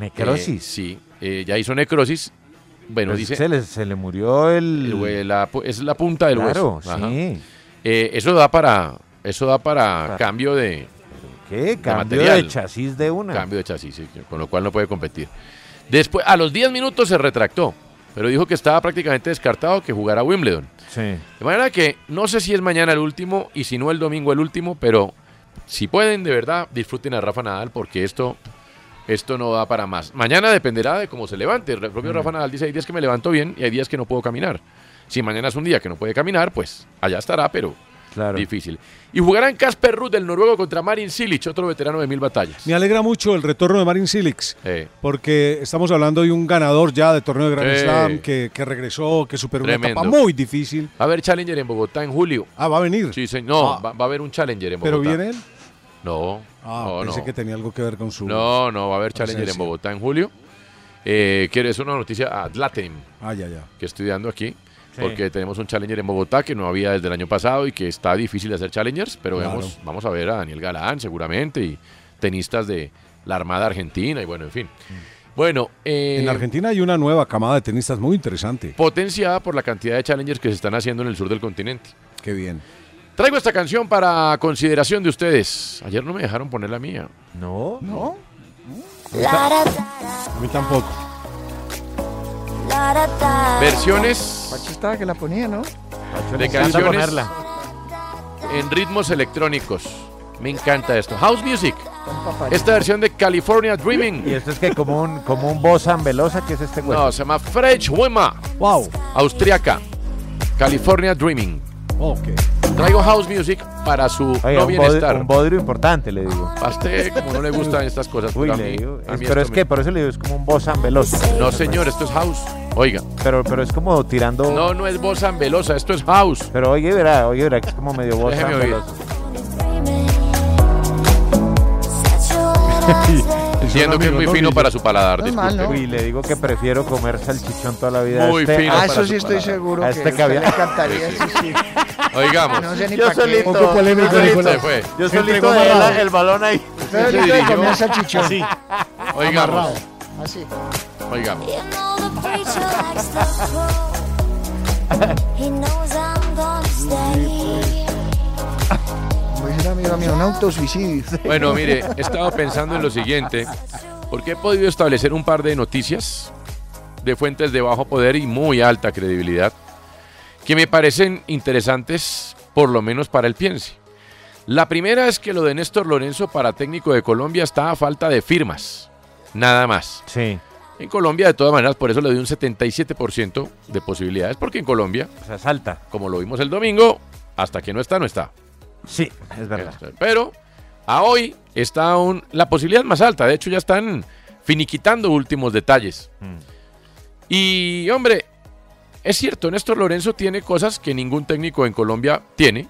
Necrosis.
Eh, sí, eh, ya hizo necrosis. Bueno,
Pero
dice.
se le- se le murió el-
el hue- la pu- es la punta del
Claro,
hueso. Ajá.
sí.
Eh, eso da para. Eso da para
Para-
cambio de.
¿Qué? Cambio de
material.
chasis de una.
Cambio de chasis, sí, con lo cual no puede competir. Después, a los 10 minutos se retractó, pero dijo que estaba prácticamente descartado que jugara Wimbledon.
Sí.
De manera que no sé si es mañana el último y si no el domingo el último, pero si pueden, de verdad, disfruten a Rafa Nadal porque esto, esto no da para más. Mañana dependerá de cómo se levante. El propio
Mm.
Rafa Nadal dice, hay días que me levanto bien y hay días que no puedo caminar. Si mañana es un día que no puede caminar, pues allá estará, pero difícil. Y jugarán Casper Ruud del noruego contra Marin Cilic, otro veterano de mil batallas.
Me alegra mucho el retorno de Marin Silix,
Eh.
porque estamos hablando de un ganador ya de torneo de Grand
Sí.
Slam que, que regresó, que superó
Tremendo.
una etapa muy difícil.
Va a haber Challenger en Bogotá en julio.
Ah, va a venir.
Sí, señor. No,
Ah.
va, va a haber un Challenger en Bogotá.
¿Pero viene él?
No.
Ah,
no,
pensé
no.
que tenía algo que ver con su.
No, no, va a haber Challenger en
ausencia.
Bogotá en julio. Eh, quiero- es una noticia a Latin
Ah, ya, ya.
que estoy dando aquí,
Sí.
porque tenemos un Challenger en Bogotá que no había desde el año pasado y que está difícil hacer Challengers, pero
Claro.
vemos- vamos a ver a Daniel Galán seguramente y tenistas de la Armada Argentina y bueno, en fin. Bueno, eh,
Mm. En Argentina hay una nueva camada de tenistas muy interesante.
potenciada por la cantidad de Challengers que se están haciendo en el sur del continente.
Qué bien.
Traigo esta canción para consideración de ustedes. Ayer no me dejaron poner la mía.
No.
No. A mí tampoco.
Versiones.
Pacho estaba que la ponía, ¿no?
de canciones en ritmos electrónicos. Me encanta esto. House Music. Esta versión de California Dreaming.
Y esto es que como un, como un Bosan Velosa, que es este güey.
No, se llama French Wema.
Wow.
Austriaca. California Dreaming.
Ok.
Traigo House Music para su
Oiga,
no
un, bodrio-
bienestar.
un bodrio importante, le digo.
A usted, como no le gustan estas cosas,
Uy,
pero a
le
mí-
digo,
a
es-
mí
pero
esto
es
me-
que por eso le digo, es como un Bosan Velosa.
No, señor, esto es house. Oiga.
Pero, pero es como tirando.
No, no es bossa velosa, esto es house.
Pero oye, verá, oye, verá, que es como medio Bosan
Déjeme oír.
Velosa.
Entiendo que es muy fino para su paladar.
No es mal,
disculpe.
¿no?
Y le digo que prefiero comer salchichón toda la vida. Este,
Muy fino Ah, para eso su sí
estoy seguro
A
que a
este
usted le
caviar.
encantaría.
Sí, Oigamos.
No sé ni
Yo
pa' qué.
solito.
Poco polémico,
yo solito-
Nicolás. Se fue.
Yo
Se
solito
entregó
dejé la-
amarrado.
el balón ahí.
Pero
Se
yo de
dirigió
comer salchichón.
así. Oigamos.
Amarrado. Así.
Oigamos.
Como dice un amigo mío, un autosuicidio.
Bueno, mire, he estado pensando en lo siguiente, porque he podido establecer un par de noticias de fuentes de bajo poder y muy alta credibilidad que me parecen interesantes, por lo menos para el piense. La primera es que lo de Néstor Lorenzo para técnico de Colombia está a falta de firmas, nada más.
Sí.
En Colombia, de todas maneras, por eso le doy un 77% de posibilidades, porque en Colombia,
O sea, salta.
como lo vimos el domingo, hasta que no está, no está.
Sí, es verdad.
Pero a hoy está aún la posibilidad más alta. De hecho, ya están finiquitando últimos detalles. Y, hombre, es cierto, Néstor Lorenzo tiene cosas que ningún técnico en Colombia tiene.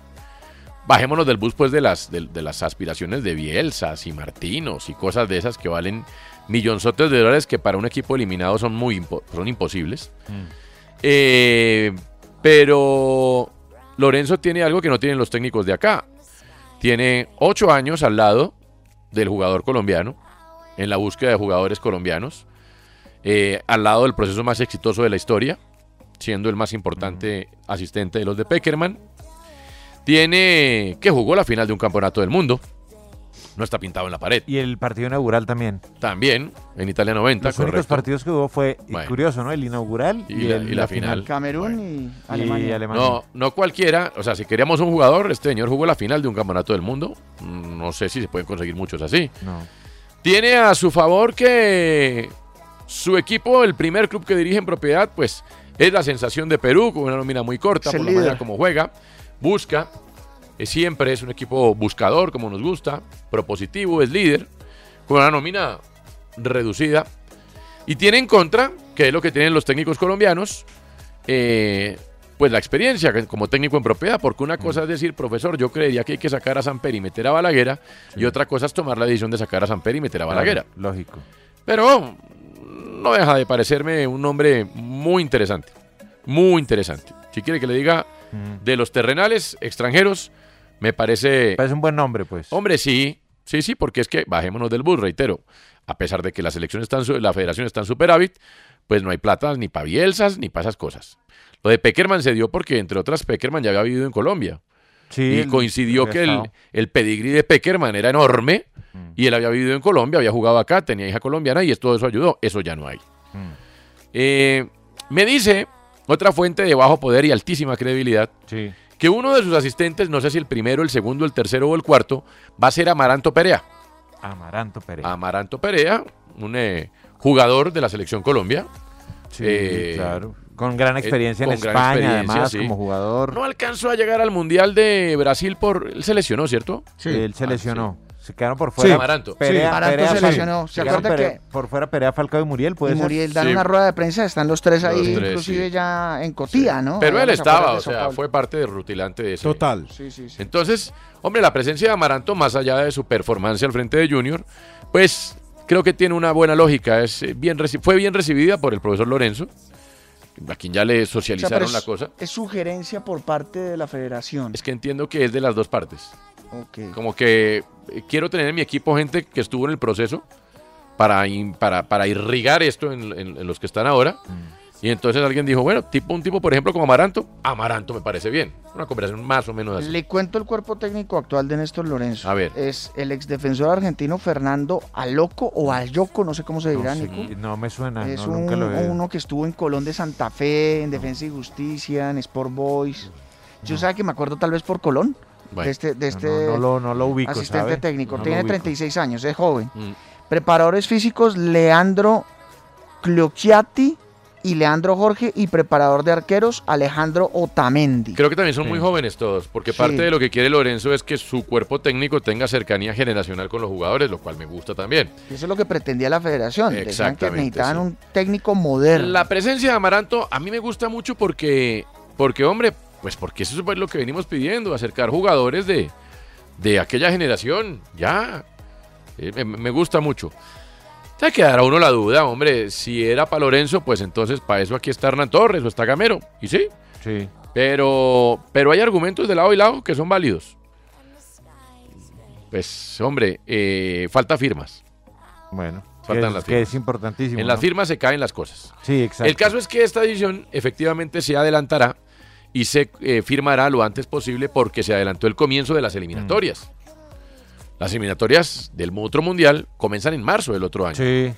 Bajémonos del bus, pues, de las, de, de las aspiraciones de Bielsas y Martinos y cosas de esas que valen millonzotes de dólares que para un equipo eliminado son, muy impo- son imposibles. Eh, pero Lorenzo tiene algo que no tienen los técnicos de acá. Tiene ocho años al lado del jugador colombiano, en la búsqueda de jugadores colombianos, eh, al lado del proceso más exitoso de la historia, siendo el más importante asistente de los de Peckerman. Tiene que jugó la final de un campeonato del mundo. No está pintado en la pared.
Y el partido inaugural también.
También en Italia 90,
Los únicos
correcto.
partidos que hubo fue, y
Bueno.
curioso, ¿no? El inaugural
Y
y,
la-
el-
y la final.
Camerún y Alemania.
Y Alemania.
No, no cualquiera. O sea, si queríamos un jugador, este señor jugó la final de un campeonato del mundo. Mm, No sé si se pueden conseguir muchos así.
No.
Tiene a su favor que su equipo, el primer club que dirige en propiedad, pues es la sensación de Perú, con una nómina muy corta,
Es el
por la manera
líder.
como juega. Busca, eh, siempre es un equipo buscador, como nos gusta, propositivo, es líder, con una nómina reducida. Y tiene en contra, que es lo que tienen los técnicos colombianos, eh, pues la experiencia que- como técnico en propiedad, porque una cosa es decir, profesor, yo creería que hay que sacar a Samper y meter a Balaguer, y otra cosa es tomar la decisión de sacar a Samper y meter a
Claro,
Balaguer.
Lógico.
Pero no deja de parecerme un hombre muy interesante. Muy interesante. Si quiere que le diga de los terrenales extranjeros, me parece.
Es un buen nombre, pues.
Hombre, sí. Sí, sí, porque es que bajémonos del bus, reitero. A pesar de que las elecciones están, su- la federación está en superávit, pues no hay plata ni para Bielsas ni para esas cosas. Lo de Peckerman se dio porque, entre otras, Peckerman ya había vivido en Colombia.
Sí,
y
el-
coincidió
el
que el,
estado.
el pedigrí de Peckerman era enorme y él había vivido en Colombia, había jugado acá, tenía hija colombiana y todo eso ayudó. Eso ya no hay. Eh, me dice otra fuente de bajo poder y altísima credibilidad que uno de sus asistentes, no sé si el primero, el segundo, el tercero o el cuarto, va a ser Amaranto Perea.
Amaranto Perea.
Amaranto Perea, un eh, jugador de la selección Colombia.
Sí, claro. Con gran
eh,
experiencia en
con gran
España,
experiencia,
además,
sí.
como jugador.
No alcanzó a llegar al Mundial de Brasil por... Él se lesionó, ¿cierto?
Él se
Ah,
lesionó. Se quedaron por
Sí.
fuera.
Amaranto.
Sí,
Perea,
Amaranto
Perea,
se
Fal-
lesionó. ¿Se
quedaron
acuerda
Perea-
que-
Por fuera Perea, Falcao y Muriel, puede
Y
ser.
Muriel dan una rueda de prensa, están los tres ahí,
Los tres.
inclusive ya en Cotía, ¿no?
Pero
Allá
él
en las
estaba, o
afueras de Sao
sea,
Paulo.
fue parte de rutilante de ese.
Total.
Sí, sí, sí.
Entonces, hombre, la presencia de Amaranto, más allá de su performance al frente de Junior, pues creo que tiene una buena lógica. Es eh, bien reci- fue bien recibida por el profesor Lorenzo, a quien ya le
O sea, pero
socializaron
es-
la cosa.
Es sugerencia por parte de la federación.
Es que entiendo que es de las dos partes.
Ok.
Como que eh, quiero tener en mi equipo gente que
Mm.
estuvo en el proceso para, in- para, para irrigar esto en, en- en los que están ahora. Y entonces alguien dijo, bueno, tipo un tipo, por ejemplo, como Amaranto, Amaranto me parece bien. Una conversación más o menos así.
Le cuento el cuerpo técnico actual de Néstor Lorenzo.
A ver.
Es el exdefensor argentino Fernando Aloco o Alloco, no sé cómo se dirá, Nico.
No me suena,
Es
Ah, no,
un-
nunca lo he
uno que estuvo en Colón de Santa Fe, en Defensa y Justicia, en Sport Boys. Yo sabe que me acuerdo tal vez por Colón,
Bueno.
de este, de
No,
este
no, no lo- no lo ubico,
asistente
¿sabe?
técnico.
No lo
Tiene
ubico.
36 años, es joven.
Mm.
Preparadores físicos Leandro Clocchiati y Leandro Jorge y preparador de arqueros Alejandro Otamendi.
Creo que también son
Sí.
muy jóvenes todos, porque
Sí.
parte de lo que quiere Lorenzo es que su cuerpo técnico tenga cercanía generacional con los jugadores, lo cual me gusta también.
Y Eso es lo que pretendía la federación. Decían que
Exactamente,
necesitaban
sí.
un técnico moderno.
La presencia de Amaranto a mí me gusta mucho porque, porque hombre, pues porque eso es lo que venimos pidiendo, acercar jugadores de, de aquella generación, ya. Eh, me, me gusta mucho. Te quedará uno la duda, hombre, si era para Lorenzo, pues entonces para eso aquí está Hernán Torres o está Gamero, ¿y sí?
Sí.
Pero, pero hay argumentos de lado y lado que son válidos. Pues, hombre, eh, falta firmas.
Bueno,
Faltan
que,
las
es, que
firmas.
es importantísimo.
En las
¿no?
firmas se caen las cosas.
Sí, exacto.
El caso es que esta edición efectivamente se adelantará y se eh, firmará lo antes posible porque se adelantó el comienzo de las eliminatorias.
Mm.
Las eliminatorias del otro mundial comienzan en marzo del otro año.
Sí.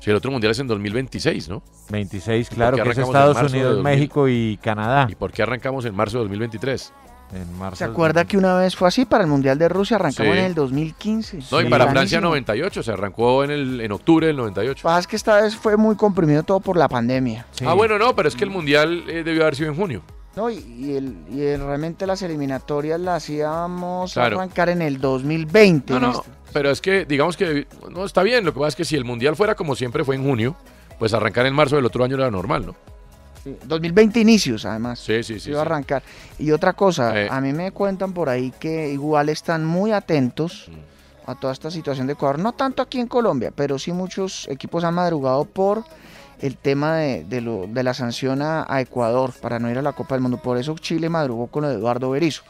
Si el otro mundial es en 2026, ¿no?
26,
¿Y
claro,
por qué
que es
arrancamos en
Estados
marzo de
Unidos,
2000?
México y
Ah.
Canadá.
¿Y por qué arrancamos en marzo de 2023?
En marzo.
¿Se acuerda que una vez fue así para el Mundial de Rusia? Arrancamos
Sí.
en el 2015.
No, y para Francia
Rarísimo.
98, se arrancó en, el, en octubre del 98.
Pasa Ah, es que esta vez fue muy comprimido todo por la pandemia.
Ah, bueno, no, pero es que el mundial eh, debió haber sido en junio.
No, y, y el- y el- realmente las eliminatorias las íbamos
Claro.
a arrancar en el 2020.
No,
en
no,
este-
pero es que digamos que no está bien. Lo que pasa es que si el mundial fuera como siempre fue en junio, pues arrancar en marzo del otro año era normal, ¿no?
sí, 2020 inicios, además.
Sí, sí, sí. Eh.
iba a
sí.
arrancar. Y otra cosa, a mí me cuentan por ahí que igual están muy atentos
Mm.
a toda esta situación de Ecuador. No tanto aquí en Colombia, pero sí muchos equipos han madrugado por el tema de, de lo- de la sanción a, a Ecuador para no ir a la Copa del Mundo. Por eso Chile madrugó con lo de Eduardo Berizzo.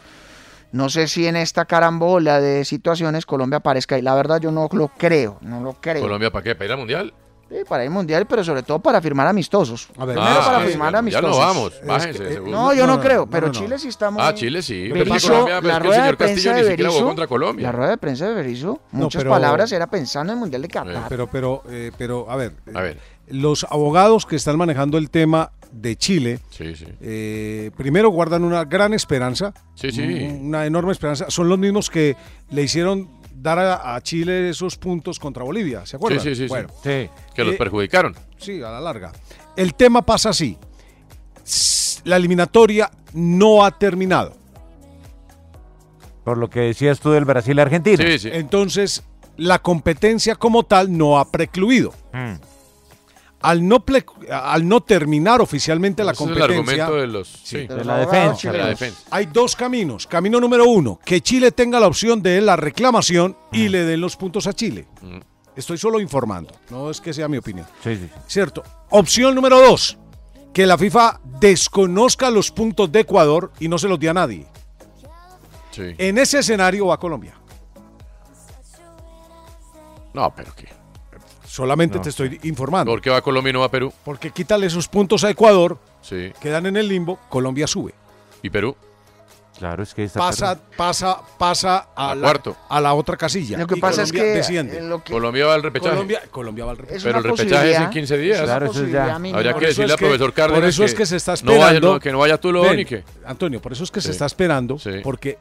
No sé si en esta carambola de situaciones Colombia aparezca. Y la verdad yo no lo creo, no lo creo.
Colombia, ¿para qué? ¿Para ir al mundial?
Sí, para el Mundial, pero sobre todo para firmar amistosos. Primero
Ah,
para
sí,
firmar
ya
amistosos.
no vamos,
Es
bájense,
que, eh,
seguro.
no, yo no,
No, no,
creo,
no,
pero
no, no.
Chile sí está muy...
Ah, Chile sí. Pero
Berizzo,
Colombia, pero
la
es que el
rueda de
señor
prensa
Castillo
de
ni siquiera jugó
Berizzo,
contra Colombia.
La rueda de prensa de Berizzo, muchas
pero-
palabras era pensando en el Mundial de Qatar.
Pero, pero, eh, pero, a ver, eh,
A ver.
los abogados que están manejando el tema de Chile,
Sí, sí.
eh, primero guardan una gran esperanza,
Sí, sí.
un- una enorme esperanza. Son los mismos que le hicieron dar a, a Chile esos puntos contra Bolivia, ¿se acuerdan?
Sí, sí, sí, sí.
Bueno,
Que los
Eh,
perjudicaron.
Sí, a la larga. El tema pasa así. S- La eliminatoria no ha terminado.
Por lo que decías tú del Brasil-Argentina.
Entonces, la competencia como tal no ha precluido.
Hmm.
Al no, ple- al no terminar oficialmente la
Ese es el
competencia...
argumento de los. sí.
de la defensa,
De la
claro.
defensa.
Hay dos caminos. Camino número uno, que Chile tenga la opción de la reclamación y le den los puntos a Chile.
Mm.
Estoy solo informando, no es que sea mi opinión.
Sí, sí.
Cierto. Opción número dos, que la FIFA desconozca los puntos de Ecuador y no se los dé a nadie.
Sí.
En ese escenario va Colombia.
No, pero qué.
Solamente
No.
te estoy informando.
¿Por qué va Colombia y no va Perú?
Porque quítale esos puntos a Ecuador,
Sí.
quedan en el limbo, Colombia sube.
¿Y Perú?
Claro, es que está
Pasa, pasa, pasa a,
Al
la,
cuarto.
a la otra casilla.
Lo que
y
pasa es
Colombia
que,
desciende.
eh, lo que-
Colombia va al repechaje.
Colombia, Colombia va al repechaje.
Es
Pero el
una
repechaje es en
posibilidad,
15 días.
es una Claro, eso es ya. posibilidad mínima.
Habría
Por
que
eso
decirle
es
al profesor
que-
Cárdenas.
Por eso es que se está
no
esperando.
vaya- no, que no vaya tú, lo
Ven,
ni que.
Antonio, por eso es que se
Sí.
está esperando. Porque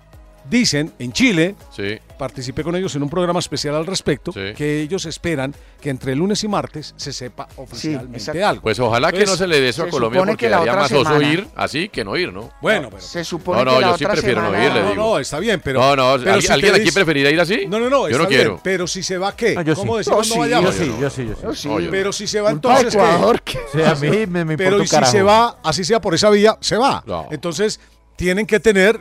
dicen en Chile,
Sí.
participé con ellos en un programa especial al respecto, que ellos esperan que entre lunes y martes se sepa oficialmente algo.
Pues ojalá que no
Entonces,
se le dé eso a Colombia
supone
porque
que la
daría
otra
más oso
semana-
ir así que no ir, ¿no?
Bueno, pero.
Se
No, no, yo sí prefiero no ir, le digo.
No, no, está bien, pero.
No, no,
pero
¿alguien,
si te
alguien aquí
dice-
preferirá ir así?
No, no, no,
Yo
está
no
bien,
quiero.
pero si se va, ¿qué?
No, Ah, yo
¿Cómo
sí. Yo
decimos no
sí,
vayamos?
yo sí, yo sí, yo sí. Yo sí.
Pero si se va
Culpa de
entonces, ¿qué?
Ecuador, que- Sí, a mí me- me importa
Pero
un
y si
carajo.
se va, así sea por esa vía, se va. Entonces, tienen que tener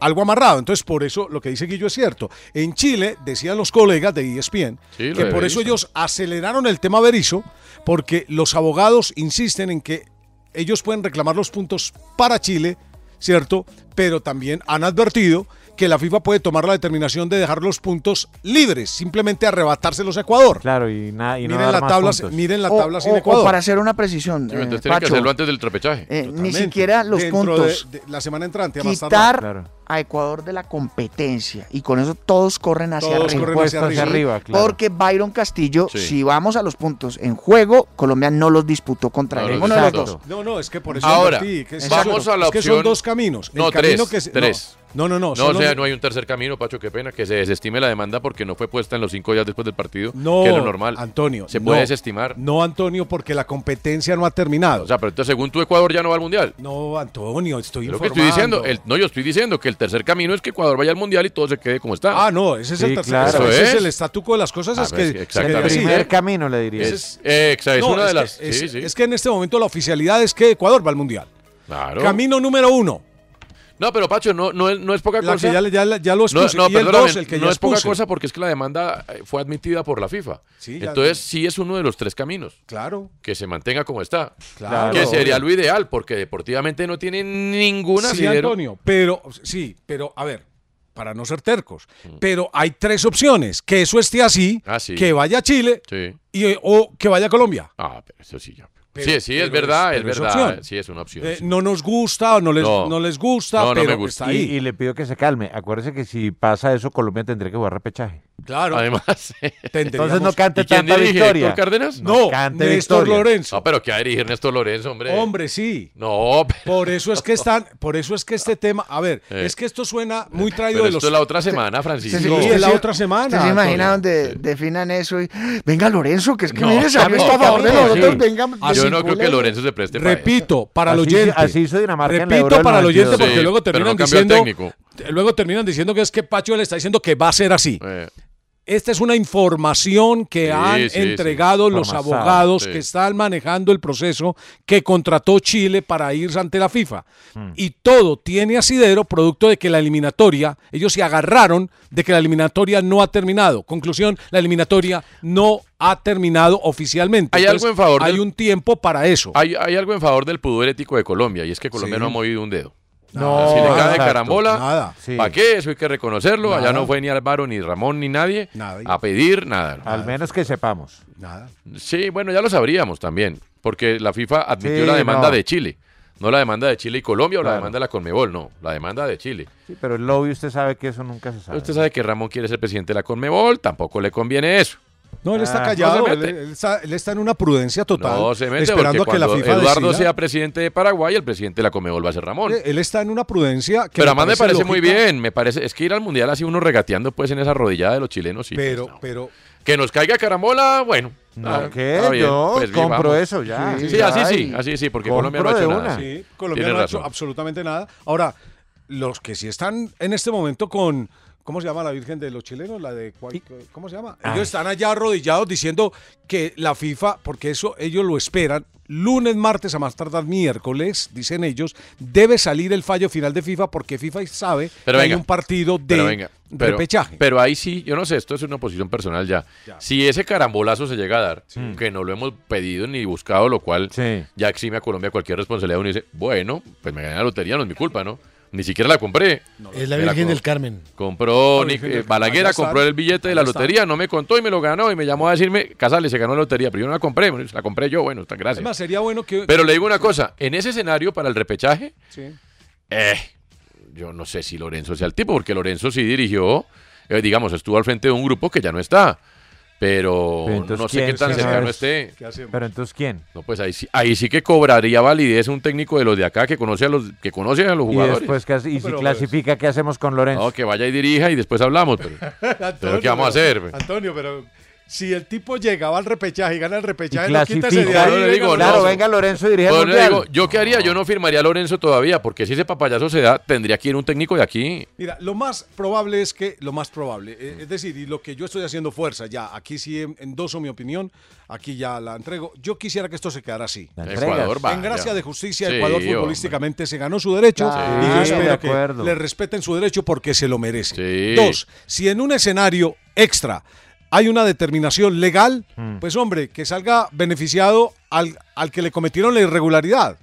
algo amarrado. Entonces, por eso lo que dice Guillo es cierto. En Chile, decían los colegas de E ESPN,
Sí, lo
que
de
por
Berizzo.
eso ellos aceleraron el tema Berizo, porque los abogados insisten en que ellos pueden reclamar los puntos para Chile, ¿cierto? Pero también han advertido que la FIFA puede tomar la determinación de dejar los puntos libres, simplemente arrebatárselos a Ecuador.
Claro, y, nada y no
miren,
dar
la
más
tabla,
puntos.
miren la
O-
tabla sin
o- o
Ecuador.
para hacer una precisión,
Sí, entonces
eh,
tiene que
Pacho,
hacerlo antes del trepechaje.
eh, ni
Totalmente.
siquiera los
Dentro
puntos.
de- de la semana entrante, a más tardar.
quitar a Ecuador de la competencia y con eso todos corren hacia
Todos
arriba.
corren hacia Puestos hacia arriba. arriba, claro.
Porque Byron Castillo,
Sí.
si vamos a los puntos en juego, Colombia no los disputó contra
No los
ninguno de los
disputó.
dos.
No, no, es que por eso
Ahora,
advertí, que es-
vamos a la
es que son
opción-
dos caminos. El
No, tres.
camino que se- no.
tres.
No, no, no,
No,
solo-
o sea, no hay un tercer camino, Pacho, qué pena. Que se desestime la demanda porque no fue puesta en los cinco días después del partido.
No,
Que es lo normal.
Antonio.
Se puede
no.
desestimar.
No, Antonio, porque la competencia no ha terminado.
O sea, pero entonces, según tú, Ecuador ya no va al mundial.
No, Antonio, estoy
Lo que estoy
informando.
diciendo, el- no, yo estoy diciendo que el tercer camino es que Ecuador vaya al mundial y todo se quede como está.
Ah, no, ese es el tercer
Eso
Ese es
es.
el estatuto de las cosas.
Ah,
es
pero
que,
es que exactamente.
sí,
El primer
eh,
camino, le diría.
ese
Es- exa, es una de
que-
las-
es-
sí, sí.
es que en este momento la oficialidad es que Ecuador va al mundial.
Claro.
Camino número uno.
No, pero Pacho, no, no, es- no es poca
La que
cosa.
ya le- ya le- ya lo expuse.
No, no,
Y el
perdóname,
dos, el que
no
ya
es poca
expuse.
cosa porque es que la demanda eh, fue admitida por la FIFA.
ya-
Entonces, sí es uno de los tres caminos.
Claro.
Que se mantenga como está.
Claro.
Que sería lo ideal porque deportivamente no tiene ninguna
Sí, Antonio, pero sí, pero a ver, para no ser tercos, pero hay tres opciones, que eso esté así,
Ah, sí.
que vaya a Chile
Sí.
y, eh, o que vaya a Colombia.
Ah, pero eso sí ya.
Pero-
sí, sí, es
pero
verdad,
es-
es,
pero es
verdad.
opción.
sí, es una opción.
Eh,
sí.
no nos gusta o no les, no.
No.
les gusta,
No, no
pero
me gusta.
está ahí.
Y, y le pido que se calme. Acuérdese que si pasa eso, Colombia tendría que jugar repechaje.
Claro.
Además, eh,
Entonces no cante
¿Y quién
tanta
dirige,
victoria.
¿Héctor Cárdenas?
No, No, cante Néstor victoria.
Lorenzo.
No, pero ¿qué va a dirigir Néstor Lorenzo, hombre?
Hombre, sí.
No, pero-
Por eso es que están, por eso es que este tema, a ver, es que esto suena muy traído
Eh. pero
de los
esto es la otra semana, Francisco.
Sí, es la otra semana.
¿Usted se
Antonio.
imagina donde definan eso y venga Lorenzo, que es que
No,
mire,
no,
Samuel está a favor de
no,
nosotros,
sí.
venga.
Yo no creo que Lorenzo se preste para
Repito, para el
Así-
oyente.
así hizo Dinamarca en la
Repito,
Euro del
para el oyente,
92.
porque
Sí,
luego
pero
terminan
no cambió el
diciendo.
técnico. Eh.
t- Luego terminan diciendo que es que Pacho le está diciendo que va a ser así. Esta es una información que
Sí,
han
sí,
entregado
sí.
los
Informasada,
abogados
sí.
que están manejando el proceso que contrató Chile para irse ante la FIFA. Y todo tiene asidero producto de que la eliminatoria, ellos se agarraron de que la eliminatoria no ha terminado. Conclusión, la eliminatoria no ha terminado oficialmente.
Hay algo en favor
Hay
del-
un tiempo para eso.
Hay, hay algo en favor del pudor ético de Colombia y es que Colombia
Sí.
no ha movido un dedo. Ah,
No,
si le cae
exacto,
carambola,
nada.
¿para qué? Eso hay que reconocerlo.
Nada.
Allá no fue ni Álvaro, ni Ramón, ni nadie
Nadie.
a pedir nada.
Al menos que sepamos.
Nada.
Sí, bueno, ya lo sabríamos también, porque la FIFA admitió
Sí,
la demanda
no.
de Chile. No la demanda de Chile y Colombia o la
Claro.
demanda de la Conmebol, no, la demanda de Chile.
Sí, pero el lobby usted sabe que eso nunca se sabe.
Usted sabe que Ramón quiere ser presidente de la Conmebol, tampoco le conviene eso.
No, él está
Ah.
callado,
No se
él,
mete.
él está, él está en una prudencia total,
No se mete
esperando a
porque
que la
cuando
FIFA
Eduardo
decida.
sea presidente de Paraguay, el presidente de la Conmebol va a ser Ramón.
Eh, Él está en una prudencia que
Pero además me parece muy
lógica,
bien, me parece, es que ir al mundial así uno regateando pues en esa rodillada de los chilenos, sí.
Pero,
pues, no.
pero
Que nos caiga carambola, bueno.
No,
ah,
¿qué?
está bien,
Yo
pues bien,
compro
vamos.
eso ya.
Sí,
Sí, ya,
así
y
sí, así sí, porque
compro
Colombia no ha hecho
de
nada.
una.
Sí, Colombia
Tiene
no ha hecho
razón.
absolutamente nada. Ahora, los que sí están en este momento con ¿cómo se llama la Virgen de los chilenos? La de cual- ¿cómo se llama?
Ah.
Ellos
Ay.
están allá arrodillados diciendo que la FIFA, porque eso ellos lo esperan, lunes, martes, a más tardar miércoles, dicen ellos, debe salir el fallo final de FIFA porque FIFA sabe
Pero
que
venga,
hay un partido de
Pero venga, pero,
repechaje.
pero ahí sí, yo no sé, esto es una posición personal ya. Si ese carambolazo se llega a dar, que no lo hemos pedido ni buscado, lo cual ya exime a Colombia cualquier responsabilidad, uno dice, bueno, pues me gané la lotería, no es mi culpa, ¿no? Ni siquiera la compré.
Es la
Me
Virgen
co-
del Carmen.
Compró Nic-
La Virgen del
eh,
Carmen. Ahí
Balaguer,
está.
compró el billete de la
Ahí está.
lotería, no me contó y me lo ganó y me llamó a decirme, Casale, se ganó la lotería, pero yo no la compré, bueno, la compré yo, bueno, está, gracias.
Además, sería bueno que
Pero le digo una cosa, en ese escenario para el repechaje,
Sí.
eh, yo no sé si Lorenzo sea el tipo, porque Lorenzo sí dirigió, eh, digamos, estuvo al frente de un grupo que ya no está. Pero,
Pero entonces,
no sé
¿quién?
qué tan
¿Quién
cercano
es?
esté.
¿Qué hacemos?
Pero entonces, ¿quién?
No, pues ahí sí, ahí sí que cobraría validez un técnico de los de acá que conoce a los, que conoce a los
Y
jugadores.
después, ¿qué hace- y si
pero-
clasifica, ¿qué hacemos con Lorenzo?
No, que vaya y dirija y después hablamos. Pero, pero ¿qué vamos a hacer? pues?
Antonio, pero si el tipo llegaba al repechaje y gana el repechaje,
Y
no quítese de
clasifica.
ahí.
Yo le
venga,
digo,
claro,
no.
venga Lorenzo dirige el
Pero le
mundial.
digo, yo qué haría, yo no firmaría a Lorenzo todavía, porque si ese papayazo se da, tendría que ir un técnico de aquí.
Mira, lo más probable es que, lo más probable, eh, es decir, y lo que yo estoy haciendo fuerza ya, aquí sí en- endoso mi opinión, aquí ya la entrego. Yo quisiera que esto se quedara así.
entregas. Ecuador,
en
vaya.
gracia de justicia,
Sí,
Ecuador
hombre.
futbolísticamente se ganó su derecho
Claro,
y yo
Ah,
sí, de
espero que
acuerdo.
le respeten su derecho porque se lo merece.
Sí.
Dos, si en un escenario extra hay una determinación legal,
Mm.
pues hombre, que salga beneficiado al, al que le cometieron la irregularidad,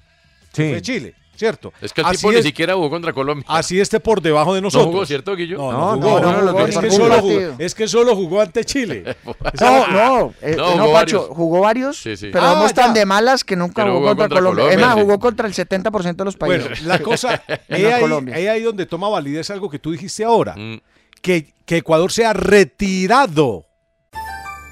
que
Sí.
fue Chile. ¿cierto?
Es que el tipo ni siquiera jugó contra Colombia.
Así esté por debajo de nosotros.
No jugó, ¿cierto, Guillo?
No, no, jugó. es, que solo jugó, es que solo jugó ante Chile.
No, no, eh, no, Pacho, jugó varios,
Sí, sí.
pero
Ah,
vamos tan
ya.
de malas que nunca
Pero
jugó,
jugó
contra,
contra
Colombia.
Colombia,
Es más,
sí.
jugó contra el 70% de los
Bueno,
países.
la cosa, es
Menos
ahí,
Colombia.
he ahí donde toma validez algo que tú dijiste ahora,
Mm.
que, que Ecuador sea retirado.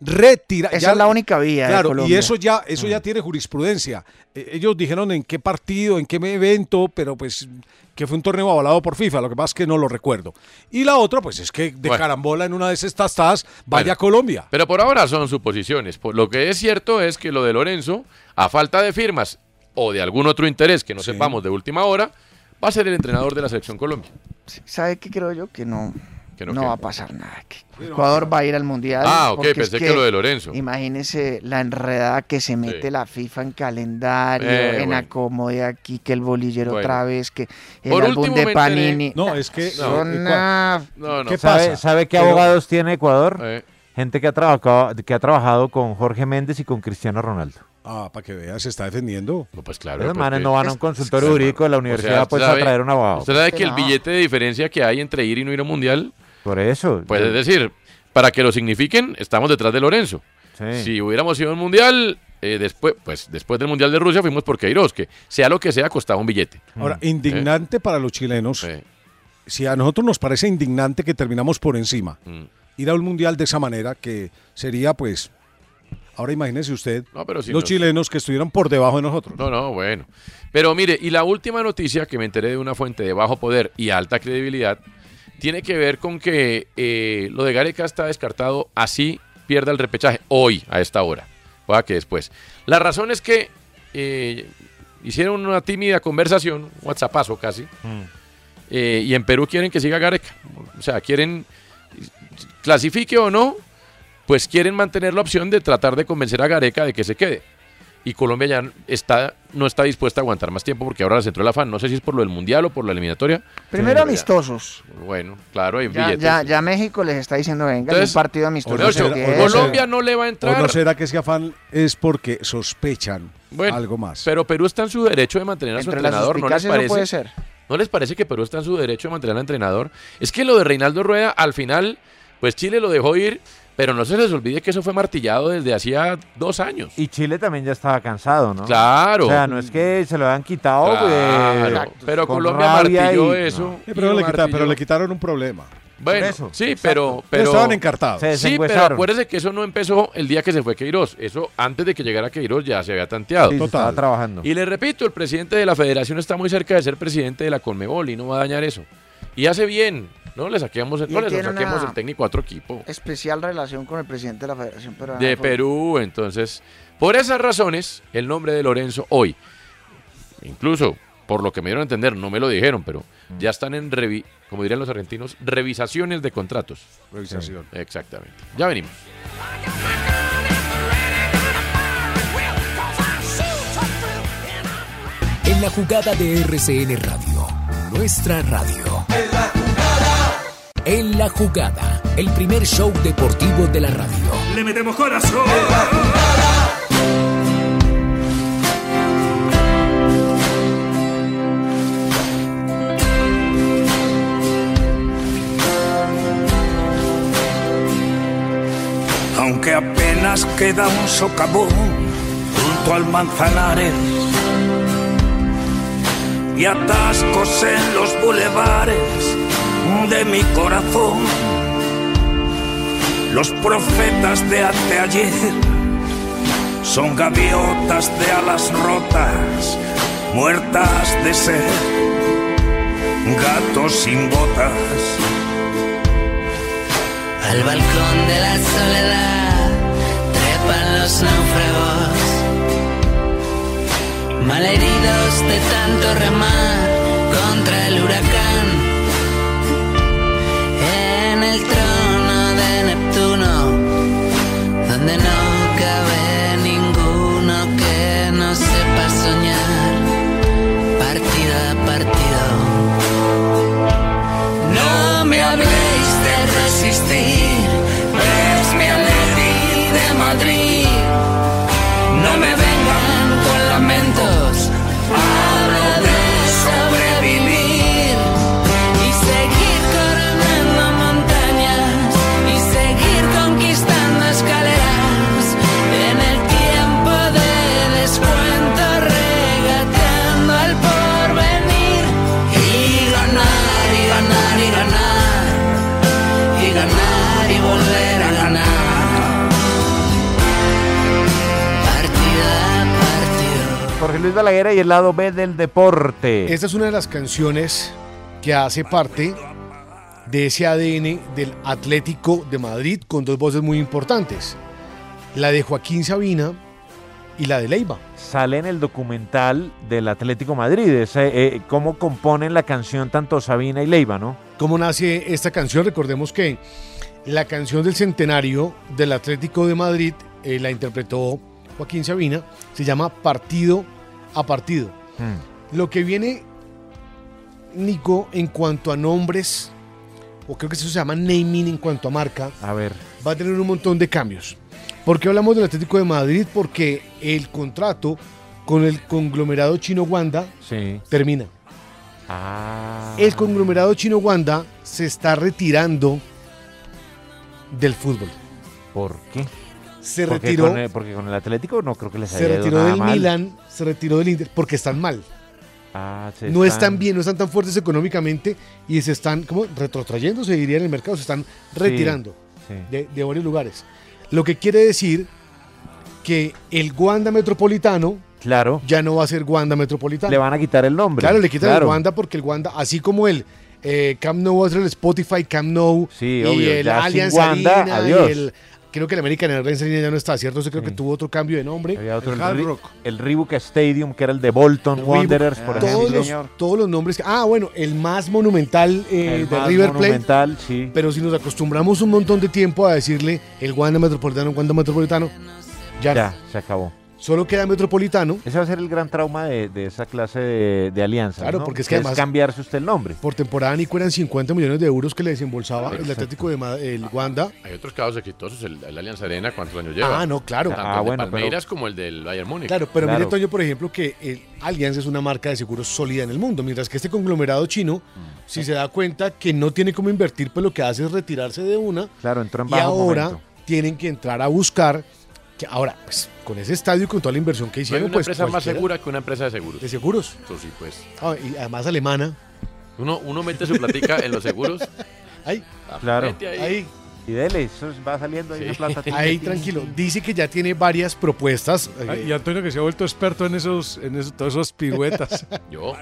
Retira.
Esa es la única vía de
Claro, y
Colombia. Mm.
eso ya, eso ya tiene jurisprudencia. Eh, ellos dijeron en qué partido, en qué evento, pero pues que fue un torneo avalado por FIFA. Lo que pasa es que no lo recuerdo. Y la otra, pues es que de
Bueno.
carambola en una de esas tastas vaya
Bueno.
a Colombia.
Pero por ahora son suposiciones. Por- Lo que es cierto es que lo de Lorenzo, a falta de firmas o de algún otro interés que no sepamos de última hora, va a ser el entrenador de la selección Colombia.
¿Sabe qué creo yo? Que no,
Que
no,
no, que-
va a pasar nada. que Ecuador va a ir al Mundial.
Ah, ok,
porque es
pensé que lo de Lorenzo.
Imagínese la enredada que se mete la FIFA en calendario,
Eh,
en
bueno.
acomode aquí, que el bolillero
Bueno.
otra vez, que el
Por
álbum
último
de
me enteré-
Panini.
No, es que- eh,
Son
no, Ecua-
una-
No, no.
¿Sabe, sabe qué
Pero-
abogados tiene Ecuador?
Eh.
Gente que ha, trabajado, que ha trabajado con Jorge Méndez y con Cristiano Ronaldo.
Ah, para que veas, se está defendiendo.
pues claro.
Esos
porque-
manes no van a un consultorio jurídico de la universidad pues, a traer un abogado.
ah, Usted sabe que el
No.
billete de diferencia que hay entre ir y no ir a un mundial.
Por eso.
Pues
yo-
es decir, para que lo signifiquen, estamos detrás de Lorenzo.
Sí.
Si hubiéramos ido a un mundial, eh, después, pues después del mundial de Rusia fuimos por Queiroz, que sea lo que sea, costaba un billete. Mm.
Ahora, indignante para los chilenos. Si a nosotros nos parece indignante que terminamos por encima,
Mm.
ir a un mundial de esa manera, que sería pues. Ahora imagínese usted
No, pero si
los
nos-
chilenos que estuvieron por debajo de nosotros.
No, no, bueno. Pero mire, y la última noticia que me enteré de una fuente de bajo poder y alta credibilidad tiene que ver con que eh, lo de Gareca está descartado, así pierda el repechaje hoy, a esta hora. Pueda que después. La razón es que eh, hicieron una tímida conversación, un whatsappazo casi, eh, y en Perú quieren que siga Gareca. O sea, quieren, clasifique o no, pues quieren mantener la opción de tratar de convencer a Gareca de que se quede. Y Colombia ya está, no está dispuesta a aguantar más tiempo porque ahora se entró el afán. No sé si es por lo del Mundial o por la eliminatoria.
Primero
Pero ya-
amistosos.
Bueno, claro, hay
Ya,
billetes.
ya, ya México les está diciendo, venga, un
Entonces,
partido amistoso.
Ocho,
se tiene".
Colombia no le va a entrar.
¿O no será que ese afán es porque sospechan
Bueno,
algo más?
Pero Perú está en su derecho de mantener a su
Entre las
entrenador, ¿no les
suspicacias no
parece?
puede ser.
¿No les parece que Perú está en su derecho de mantener al entrenador? Es que lo de Reinaldo Rueda, al final, pues Chile lo dejó ir, pero no se les olvide que eso fue martillado desde hacía dos años.
Y Chile también ya estaba cansado, ¿no?
Claro.
O sea, no es que se lo hayan quitado,
Claro,
pues,
pero
con
Colombia
rabia
martilló
y-
eso.
no.
Eh, pero, le quita- pero
Martillo.
le quitaron un problema.
Bueno,
Eso,
sí,
exacto.
pero,
Pero
pero...
estaban encartados. Se
Sí, pero
desengüesaron.
acuérdese que eso no empezó el día que se fue Queiroz. Eso, antes de que llegara Queiroz, ya se había tanteado.
Sí, se estaba trabajando.
Y le repito, el presidente de la federación está muy cerca de ser presidente de la Conmebol y no va a dañar eso. Y hace bien. No le saquemos,
Y
no le
tiene una-
saquemos el técnico a otro equipo.
Especial relación con el presidente de la Federación Peruana
De
Fútbol.
Perú, entonces. Por esas razones, el nombre de Lorenzo hoy, incluso por lo que me dieron a entender, no me lo dijeron, pero
Mm.
ya están en, revi- como dirían los argentinos, revisaciones de contratos.
Revisación.
Exactamente. Ya venimos.
En la jugada de RCN Radio, nuestra radio. En la jugada, el primer show deportivo de la radio.
Le metemos corazón. Aunque apenas queda un socavón junto al manzanares, y atascos en los bulevares de mi corazón. Los profetas de anteayer son gaviotas de alas rotas, muertas de sed, gatos sin botas.
Al balcón de la soledad trepan los náufragos, malheridos de tanto remar contra el huracán. En el trono de Neptuno, donde no cabe ninguno que no sepa soñar, partido a partido. No me habléis de resistir, mi Lady de Madrid. No me vengan con lamentos, hablo de sobrevivir y seguir coronando montañas y seguir conquistando escaleras en el tiempo de descuento, regateando al porvenir y ganar y ganar y ganar y ganar y volver a ganar. Partida,
Jorge Luis Balaguer y el lado B del deporte.
Esta es una de las canciones que hace parte de ese ADN del Atlético de Madrid con dos voces muy importantes. La de Joaquín Sabina y la de Leiva.
Sale en el documental del Atlético Madrid, ese, eh, cómo componen la canción tanto Sabina y Leiva, ¿no?
¿Cómo nace esta canción? Recordemos que la canción del centenario del Atlético de Madrid eh, la interpretó Joaquín Sabina, se llama Partido a Partido. Lo que viene, Nico, en cuanto a nombres, o creo que eso se llama naming en cuanto a marca,
A ver.
va a tener un montón de cambios. ¿Por qué hablamos del Atlético de Madrid? Porque el contrato con el conglomerado chino Wanda
Sí.
termina.
Ah.
El conglomerado chino Wanda se está retirando del fútbol.
¿Por qué?
Se
Porque
retiró-
con el- porque con el Atlético no creo que les haya
Se
ido
retiró
nada
del
mal.
Milan, se retiró del Inter, porque están mal.
Ah, se
no están bien, no están tan fuertes económicamente y se están como retrotrayendo, se diría en el mercado, se están retirando
sí.
De, de varios lugares. Lo que quiere decir que el Wanda Metropolitano
Claro.
ya no va a ser Wanda Metropolitano.
Le van a quitar el nombre.
Claro, le quitan
Claro.
el Wanda porque el Wanda, así como el eh, Camp Nou va a ser el Spotify Camp Nou
Sí,
y
obvio,
el
ya sin
Allianz
Wanda,
Arena
adiós.
y el creo que el American Airlines Arena ya no está, ¿cierto? Entonces creo que tuvo otro cambio de nombre.
Había otro,
El
el,
Hard
Ri-
Rock.
el Reebok Stadium, que era el de Bolton
Reebok, Ah,
Wanderers, por
todos
ejemplo.
Los, todos los nombres. que- ah, bueno, el más monumental eh,
El
de
más
River Plate.
monumental, sí.
Pero si nos acostumbramos un montón de tiempo a decirle el Wanda Metropolitano, Wanda Metropolitano, ya,
Ya, se acabó.
solo queda Metropolitano.
Ese va a ser el gran trauma de, de esa clase de, de alianzas.
Claro,
¿no?
porque es que además-
cambiarse usted el nombre.
Por temporada, Nico, eran 50 millones de euros que le desembolsaba el Atlético de Ma- el Wanda.
Hay otros casos exitosos, el, el Alianza Arena, ¿cuántos años lleva?
Ah, no, claro.
Tanto
Ah,
el de
bueno, pero-
Palmeiras como el del Bayern Múnich.
Claro, pero mire, Toño, por ejemplo, que el Allianz es una marca de seguros sólida en el mundo, mientras que este conglomerado chino, si se da cuenta que no tiene cómo invertir, pues lo que hace es retirarse de una
Claro, entró en
y
bajo
ahora
momento.
tienen que entrar a buscar que ahora pues con ese estadio y con toda la inversión
No
que
hay
hicieron
una
pues
empresa más
cualquiera-
segura que una empresa de seguros.
¿De seguros?
Eso sí, pues.
Ah, y además alemana
Uno, uno mete su platica en los seguros.
Ahí.
Ah,
Claro.
mete ahí.
Y dele, eso va saliendo ahí
Sí.
una plata. tin,
ahí
tin,
tranquilo
tin.
dice que ya tiene varias propuestas eh,
Ay, Ah, y Antonio que se ha vuelto experto en esos, en eso- todas esas piruetas.
Yo.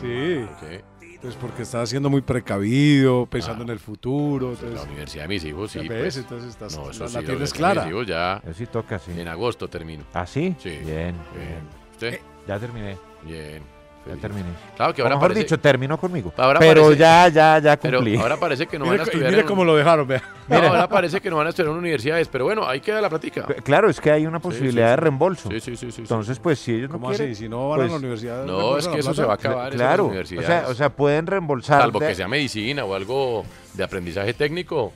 Sí.
Ok.
Pues porque está siendo muy precavido, pensando en el futuro. entonces-
Ah. La universidad de mis hijos, sí.
Ya ves,
Pues.
entonces estás-
no, eso
la-
sí,
la tienes
universidad de
clara.
Mis hijos ya.
Yo sí toca, sí.
En agosto termino.
¿Ah, sí?
Sí.
Bien,
Bien.
bien. Eh,
¿Usted?
Ya terminé.
Bien.
Ya
Feliz.
terminé.
Claro que
O
ahora
mejor
parece-
dicho, terminó conmigo.
Ahora
pero
parece-
ya, ya, ya
Pero
cumplí.
ahora parece que no van a
Mira, co- y
estudiar.
mira
en-
cómo lo dejaron, vea.
No, ahora parece que no van a estudiar en universidades, pero bueno, ahí queda la platica.
Claro, es que hay una
Sí,
posibilidad
sí,
de
sí.
reembolso.
Sí, sí, sí, sí, sí.
Entonces, pues si ellos no
¿Cómo así?
quieren,
Si no van a la
pues,
universidad,
No, es que eso se va a acabar. eso en las
Claro, o
universidades.
sea, o sea, pueden reembolsar.
Salvo
de-
que sea medicina o algo de aprendizaje técnico.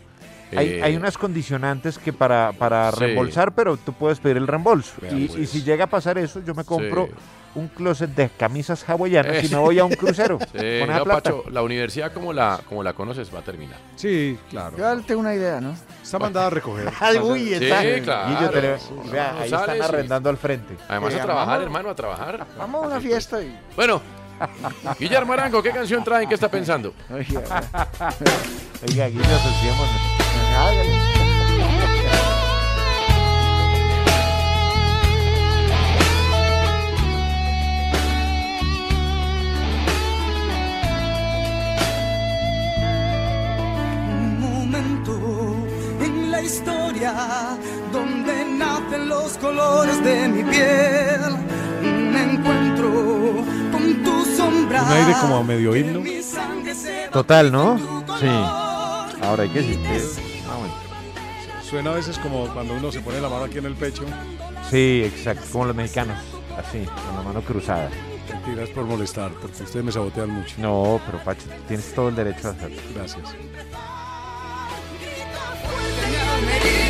Hay,
eh,
hay unas condicionantes que para, para
Sí.
reembolsar, pero tú puedes pedir el reembolso.
Vea,
Y,
pues.
y si llega a pasar eso, yo me compro
Sí.
un closet de camisas hawaianas
Eh.
y me voy a un crucero.
Sí,
con esa
no,
plata.
Pacho, la universidad como la, como la conoces va a terminar.
Sí, claro.
Yo tengo una idea, ¿no?
Está mandada a recoger.
Ay, uy,
Sí,
está.
claro.
Guillo, te le-
Sí,
y vea,
no
ahí
sales
están
y-
arrendando al frente.
Además
Eh,
a trabajar,
vamos.
hermano, a trabajar.
Vamos a una fiesta y
Bueno, Guillermo Arango, ¿qué canción traen? ¿Qué está pensando?
Oiga, pues, Guillermo,
momento en la historia donde nacen los colores de mi piel. Me encuentro con tu sombra.
Un aire como a medio himno.
Total, ¿no? Sí. Ahora hay que decir que- ah, bueno.
Suena a veces como cuando uno se pone la mano aquí en el pecho
Sí, exacto, como los mexicanos, así, con la mano cruzada.
Mentiras por molestar, porque ustedes me sabotean mucho.
No, pero Pacho, tú tienes todo el derecho a hacerlo.
Gracias.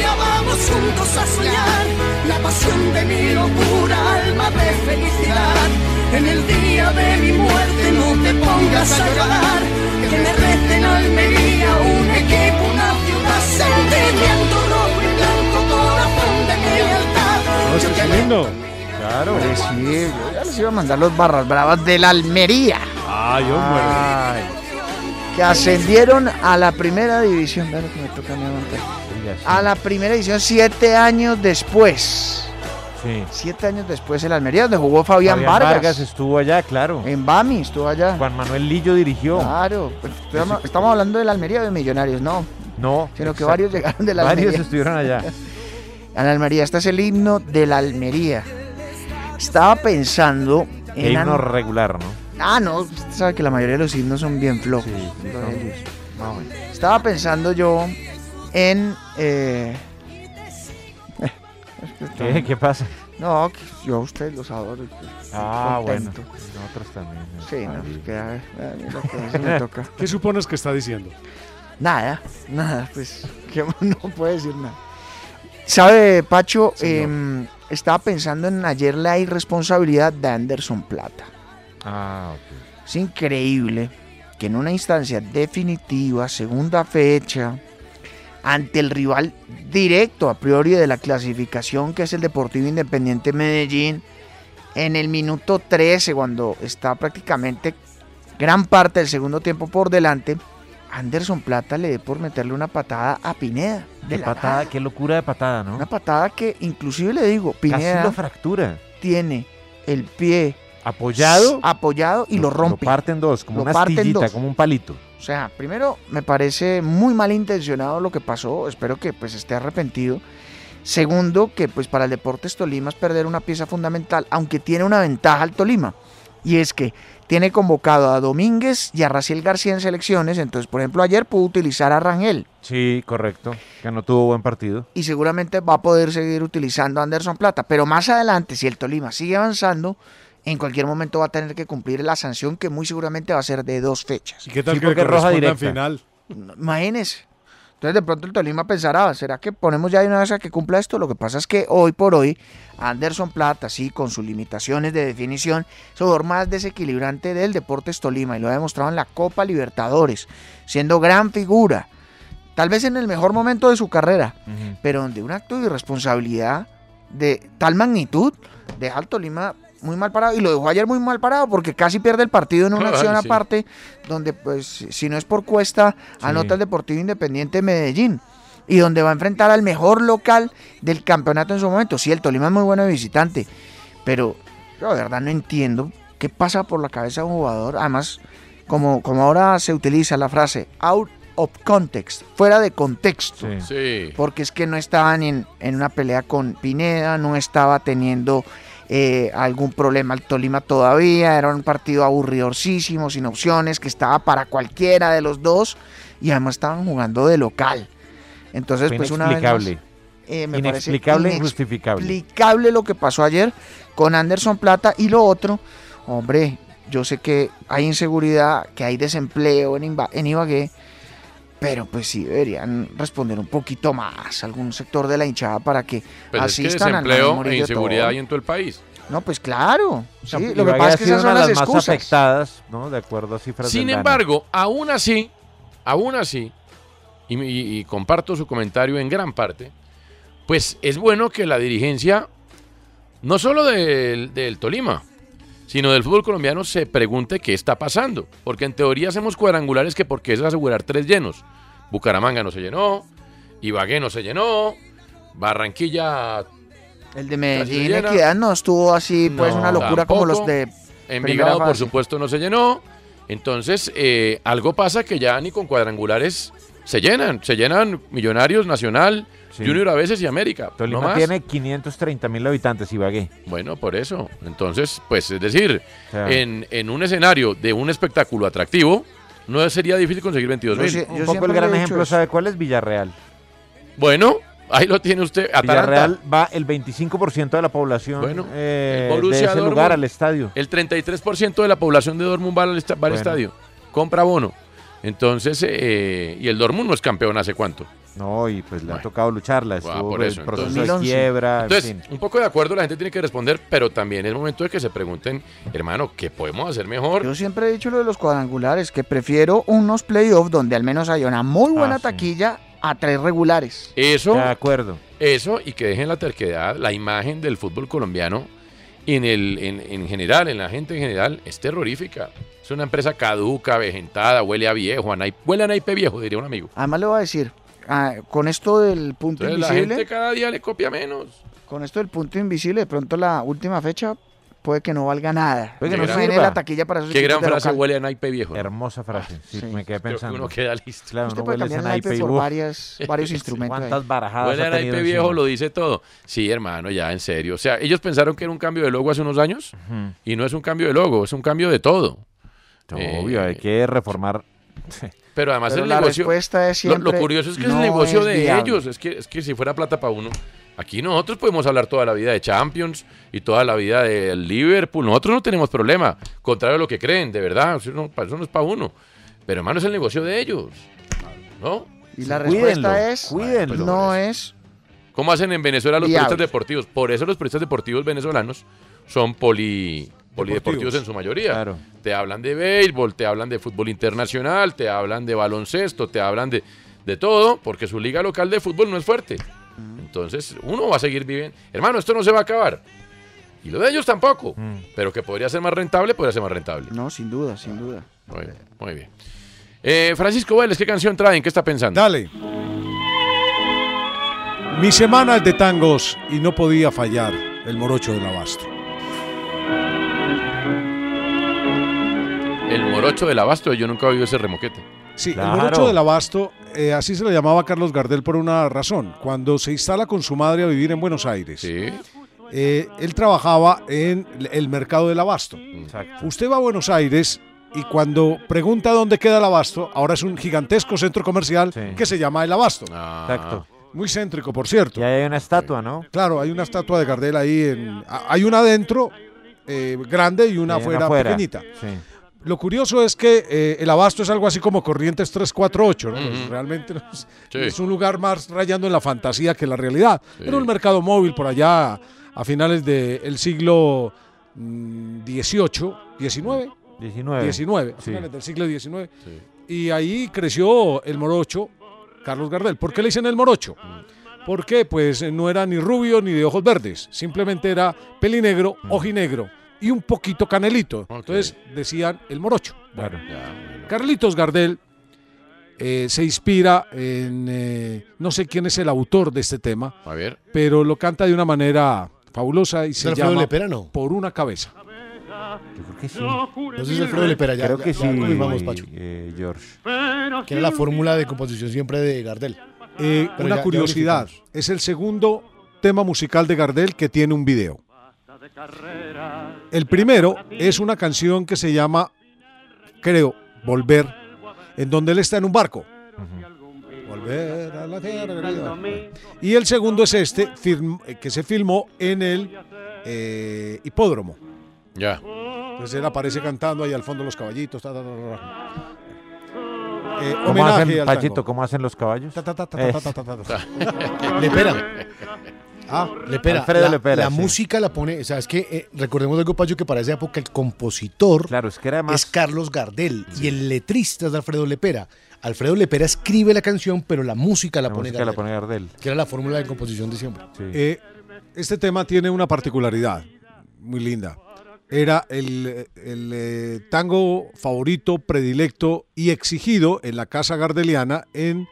Ya vamos juntos a soñar la pasión de mi locura, alma de felicidad. En el día de mi muerte no te pongas a llorar. Que me recen Almería, un equipo, una ciudad, sentimiento rojo y blanco, corazón de mi lealtad. Yo te
lindo.
Claro.
sí, yo ya les iba a mandar los barras bravas de la Almería,
Ay,
hombre. que ascendieron a la primera división. Vea lo que me toca a mí aguantar. A la primera división siete años después.
Sí.
Siete años después en la Almería, donde jugó Fabián,
Fabián
Vargas.
estuvo allá, claro.
En Bami estuvo allá.
Juan Manuel Lillo dirigió.
Claro, pues, estamos, estamos hablando de la Almería o de Millonarios, no.
No.
Sino que
exacto.
varios llegaron de la
Varios
Almería.
estuvieron allá.
A la Almería, este es el himno de la Almería. Estaba pensando
Que
en.
himno
an-
regular, ¿no?
Ah, no, usted sabe que la mayoría de los himnos son bien flojos.
No.
Entonces,
Ah, bueno.
Estaba pensando yo en. eh,
¿Qué, qué pasa?
No, que yo a ustedes los adoro.
Ah, bueno.
Contento.
Nosotros también. ¿no?
Sí, no,
Ay.
es que, a ver, a mí lo que a veces me toca.
¿Qué supones que está diciendo?
Nada, nada, pues que no puede decir nada. ¿Sabe, Pacho? Em, estaba pensando en ayer la irresponsabilidad de Anderson Plata.
Ah,
Es increíble que en una instancia definitiva, segunda fecha, ante el rival directo a priori de la clasificación, que es el Deportivo Independiente Medellín, en el minuto 13, cuando está prácticamente gran parte del segundo tiempo por delante, Anderson Plata le dio por meterle una patada a Pineda.
Qué
De la
patada,
nada.
qué locura de patada, ¿no?
Una patada que inclusive le digo, Pineda
Casi lo fractura.
tiene el pie
Apoyado.
apoyado y lo, rompe.
Lo parten dos, como
Lo
una
parten
astillita,
dos.
como un palito.
O sea, primero me parece muy malintencionado lo que pasó, espero que pues esté arrepentido. Segundo, que pues para el Deportes Tolima es perder una pieza fundamental, aunque tiene una ventaja al Tolima. Y es que tiene convocado a Domínguez y a Raciel García en selecciones, entonces por ejemplo ayer pudo utilizar a Rangel
Sí, correcto. Que no tuvo buen partido.
y seguramente va a poder seguir utilizando a Anderson Plata. Pero más adelante, si el Tolima sigue avanzando, en cualquier momento va a tener que cumplir la sanción que muy seguramente va a ser de dos fechas.
¿Y qué tal que le corresponda en final?
No, Imagínense. Entonces de pronto el Tolima pensará, ¿será que ponemos ya de una vez a que cumpla esto? Lo que pasa es que hoy por hoy Anderson Plata, sí, con sus limitaciones de definición, es el jugador más desequilibrante del Deportes Tolima y lo ha demostrado en la Copa Libertadores, siendo gran figura, tal vez en el mejor momento de su carrera, pero donde un acto de irresponsabilidad de tal magnitud deja al Tolima muy mal parado y lo dejó ayer muy mal parado porque casi pierde el partido en una
Claro,
acción
sí.
aparte donde pues si no es por cuesta anota el Deportivo Independiente de Medellín y donde va a enfrentar al mejor local del campeonato en su momento. Sí, el Tolima es muy bueno de visitante, pero yo de verdad no entiendo qué pasa por la cabeza de un jugador. Además, como, como ahora se utiliza la frase out of context, fuera de contexto.
Sí.
Porque es que no estaba ni en, en una pelea con Pineda, no estaba teniendo eh, algún problema al Tolima todavía, era un partido aburridorcísimo, sin opciones, que estaba para cualquiera de los dos y además estaban jugando de local. Entonces,
Fue
pues una vez más,
inexplicable.
eh, me parece
inexplicable e injustificable.
inexplicable lo que pasó ayer con Anderson Plata y lo otro, hombre, yo sé que hay inseguridad, que hay desempleo en, Imba- en Ibagué, pero pues sí deberían responder un poquito más algún sector de la hinchada para que
Pues es que
asistan al Manuel
desempleo e
Murillo
inseguridad
Toro.
hay en todo el país.
No, pues claro. sí,
Ibagué
lo que
ha
pasa es que
sido
esas son
una
las
de las más
excusas.
afectadas, ¿no? De acuerdo a cifras
Sin
del DANE.
embargo, aún así, aún así, y, y- y comparto su comentario en gran parte, pues es bueno que la dirigencia, no solo del, del Tolima, sino del fútbol colombiano se pregunte qué está pasando. Porque en teoría hacemos cuadrangulares que porque es asegurar tres llenos. Bucaramanga no se llenó, Ibagué no se llenó, Barranquilla
El de Medellín,
llena.
Equidad, no estuvo así, pues,
No,
una locura como los
tampoco.
de. primera
Envigado, por
fase.
supuesto, no se llenó. Entonces, eh, algo pasa que ya ni con cuadrangulares se llenan. Se llenan Millonarios, Nacional, Junior a veces y América.
Tolima
no más.
tiene 530 mil habitantes, Ibagué.
Bueno, por eso. Entonces, pues es decir,
sea.
en, en un escenario de un espectáculo atractivo, no sería difícil conseguir 22 mil.
un poco el gran ejemplo, ¿sabe cuál es? Villarreal.
Bueno, ahí lo tiene usted. Atalanta.
Villarreal va el 25% de la población
Bueno,
eh,
el Borussia
de ese
Dortmund.
lugar al estadio.
El 33% de la población de Dortmund va al, esta- va al
Bueno.
estadio. Compra bono. Entonces, eh, y el Dortmund no es campeón hace cuánto.
No, y pues le ha tocado lucharla.
Ah,
Estuvo
por
el
eso,
proceso
entonces-
de quiebra,
Entonces,
en fin.
un poco de acuerdo, la gente tiene que responder, pero también es momento de que se pregunten, hermano, ¿qué podemos hacer mejor?
Yo siempre he dicho lo de los cuadrangulares, que prefiero unos playoffs donde al menos haya una
Ah,
muy buena taquilla a tres regulares.
Eso.
De
acuerdo.
Eso y que dejen la terquedad, la imagen del fútbol colombiano en, el, en, en general, en la gente en general, es terrorífica. Es una empresa caduca, vejentada, huele a viejo, a naipe, huele a naipe viejo, diría un amigo.
Además le voy a decir, ah, con esto del punto
Entonces la
invisible,
gente cada día le copia menos.
con esto del punto invisible, de pronto la última fecha puede que no valga nada.
Puede que no
viene
sirva.
la taquilla para esos
Qué
equipos
gran
de
frase,
local.
huele a naipe viejo.
Hermosa frase, sí, me quedé
Creo que
pensando.
uno queda listo.
Claro,
Usted
uno
puede
huele ese
cambiar el
naipe
naipe
y,
por
uf,
varias- varios instrumentos ahí.
¿Cuántas barajadas
Huele
ha
a naipe
tenido
viejo,
encima?
lo dice todo. Sí, hermano, ya, en serio. O sea, ellos pensaron que era un cambio de logo hace unos años
Ujú.
y no es un cambio de logo, es un cambio de todo. Eh,
Obvio, hay que reformar.
Pero además
Pero
el
la
negocio.
respuesta es
lo- lo,
siempre,
curioso es que
no
es el negocio
es
de
viable.
ellos. Es que, es que si fuera plata para uno. Aquí nosotros podemos hablar toda la vida de Champions y toda la vida del Liverpool. Nosotros no tenemos problema. Contrario a lo que creen, de verdad. Eso no, para- eso no es para uno. Pero hermano, es el negocio de ellos. ¿No?
Y la respuesta es, no es
¿Cómo hacen en Venezuela los
Viable.
periodistas deportivos? Por eso los periodistas deportivos venezolanos son poli, polideportivos
Deportivos.
en su mayoría. Te hablan de béisbol, te hablan de fútbol internacional, te hablan de baloncesto, te hablan de, de todo, porque su liga local de fútbol no es fuerte.
Mm.
Entonces, uno va a seguir viviendo. Hermano, esto no se va a acabar. Y lo de ellos tampoco. Pero que podría ser más rentable, podría ser más rentable.
Mm. No, sin duda, sin duda.
Muy bien. Muy bien. Eh, Francisco Vélez, ¿qué canción traen? ¿Qué está pensando?
Dale. Mi semana es de tangos y no podía fallar el morocho del abasto.
El morocho del abasto, yo nunca he oído ese remoquete.
Sí, El morocho del abasto, eh, así se le llamaba a Carlos Gardel por una razón. Cuando se instala con su madre a vivir en Buenos Aires, eh, él trabajaba en l- el mercado del abasto. Usted va a Buenos Aires y cuando pregunta dónde queda el abasto, ahora es un gigantesco centro comercial que se llama el abasto.
Ah.
Exacto.
Muy céntrico, por cierto.
Y ahí hay una estatua, ¿no?
Claro, hay una estatua de Gardel ahí. en- a- hay una adentro eh, grande y una
Y hay
afuera
afuera,
pequeñita.
Sí.
Lo curioso es que eh, el abasto es algo así como Corrientes 348, ¿no? Pues
Ujú.
realmente no es,
Sí.
es un lugar más rayando en la fantasía que en la realidad.
Sí.
Era un mercado móvil por allá a finales del siglo mm, XVIII, XIX.
19.
19, a
Sí.
finales del siglo XIX. Y ahí creció el morocho Carlos Gardel. ¿Por qué le dicen el morocho?
Mm.
Porque pues eh, no era ni rubio ni de ojos verdes, simplemente era pelinegro,
Mm.
ojinegro y un poquito canelito. Entonces decían el morocho.
Claro.
Carlitos Gardel eh, se inspira en, eh, no sé quién es el autor de este tema,
A ver.
pero lo canta de una manera fabulosa y se
Alfredo
llama
Lepera, no?
Por una cabeza.
Yo creo que sí.
Pues
Entonces, Alfredo Lepera, ya-
Creo
ya-
que
ya
sí,
confirmamos, Pacho.
eh, George.
que era la fórmula de composición siempre de Gardel. Ah. Pero ya-
Eh, una
ya
curiosidad, es el segundo tema musical de Gardel que tiene un video. El primero es una canción que se llama, creo, Volver, en donde él está en un barco. Volver a la tierra, querido. Y el segundo es este, firm- eh, que se filmó en el eh, hipódromo.
Ya.
Entonces él aparece cantando ahí al fondo los caballitos. ta, ta, ta, ta, ta. Eh,
¿Cómo
homenaje
hacen,
al
Pachito,
tango.
cómo hacen los caballos?
Ta, ta, ta, ta, ta,
Eso.
ta, ta, ta, ta.
Lepera.
Ah,
Lepera.
Alfredo
la,
Lepera,
la
sí.
música la pone, o sea, es que eh, recordemos algo, Pacho, que para esa época el compositor es Carlos Gardel y el letrista es Alfredo Lepera. Alfredo Lepera escribe la canción, pero la música la,
La
pone,
música
Gardel,
la pone Gardel.
que era la fórmula de composición de siempre.
Eh, este tema tiene una particularidad muy linda. era el, el, eh, tango favorito, predilecto y exigido en la Casa Gardeliana en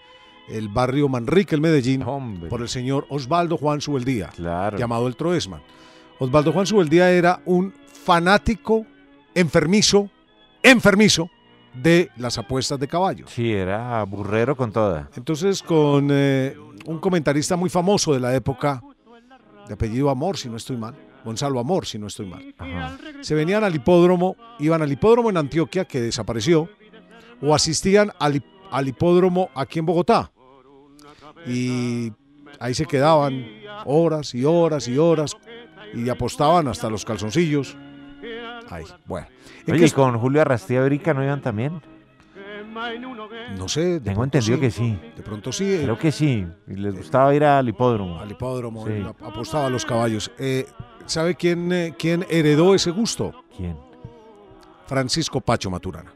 el barrio Manrique, el Medellín, por el señor Osvaldo Juan Subeldía, llamado el Troesman. Osvaldo Juan Subeldía era un fanático enfermizo, enfermizo de las apuestas de caballos.
Sí, era burrero con toda.
Entonces, con eh, un comentarista muy famoso de la época, de apellido Amor, si no estoy mal, Gonzalo Amor, si no estoy mal, se venían al hipódromo, iban al hipódromo en Antioquia, que desapareció, o asistían al, hip- al hipódromo aquí en Bogotá. Y ahí se quedaban horas y horas y horas y apostaban hasta los calzoncillos. Ay, bueno. ¿En
Oye,
qué
¿y con Julio Arrastía Brica no iban también?
No sé. de
Tengo
pronto
entendido que sí.
De pronto sí. eh,
Creo que sí. Y les gustaba ir al hipódromo.
Al hipódromo,
Sí.
él apostaba a los caballos. Eh, ¿Sabe quién, eh, quién heredó ese gusto?
¿Quién?
Francisco Pacho Maturana.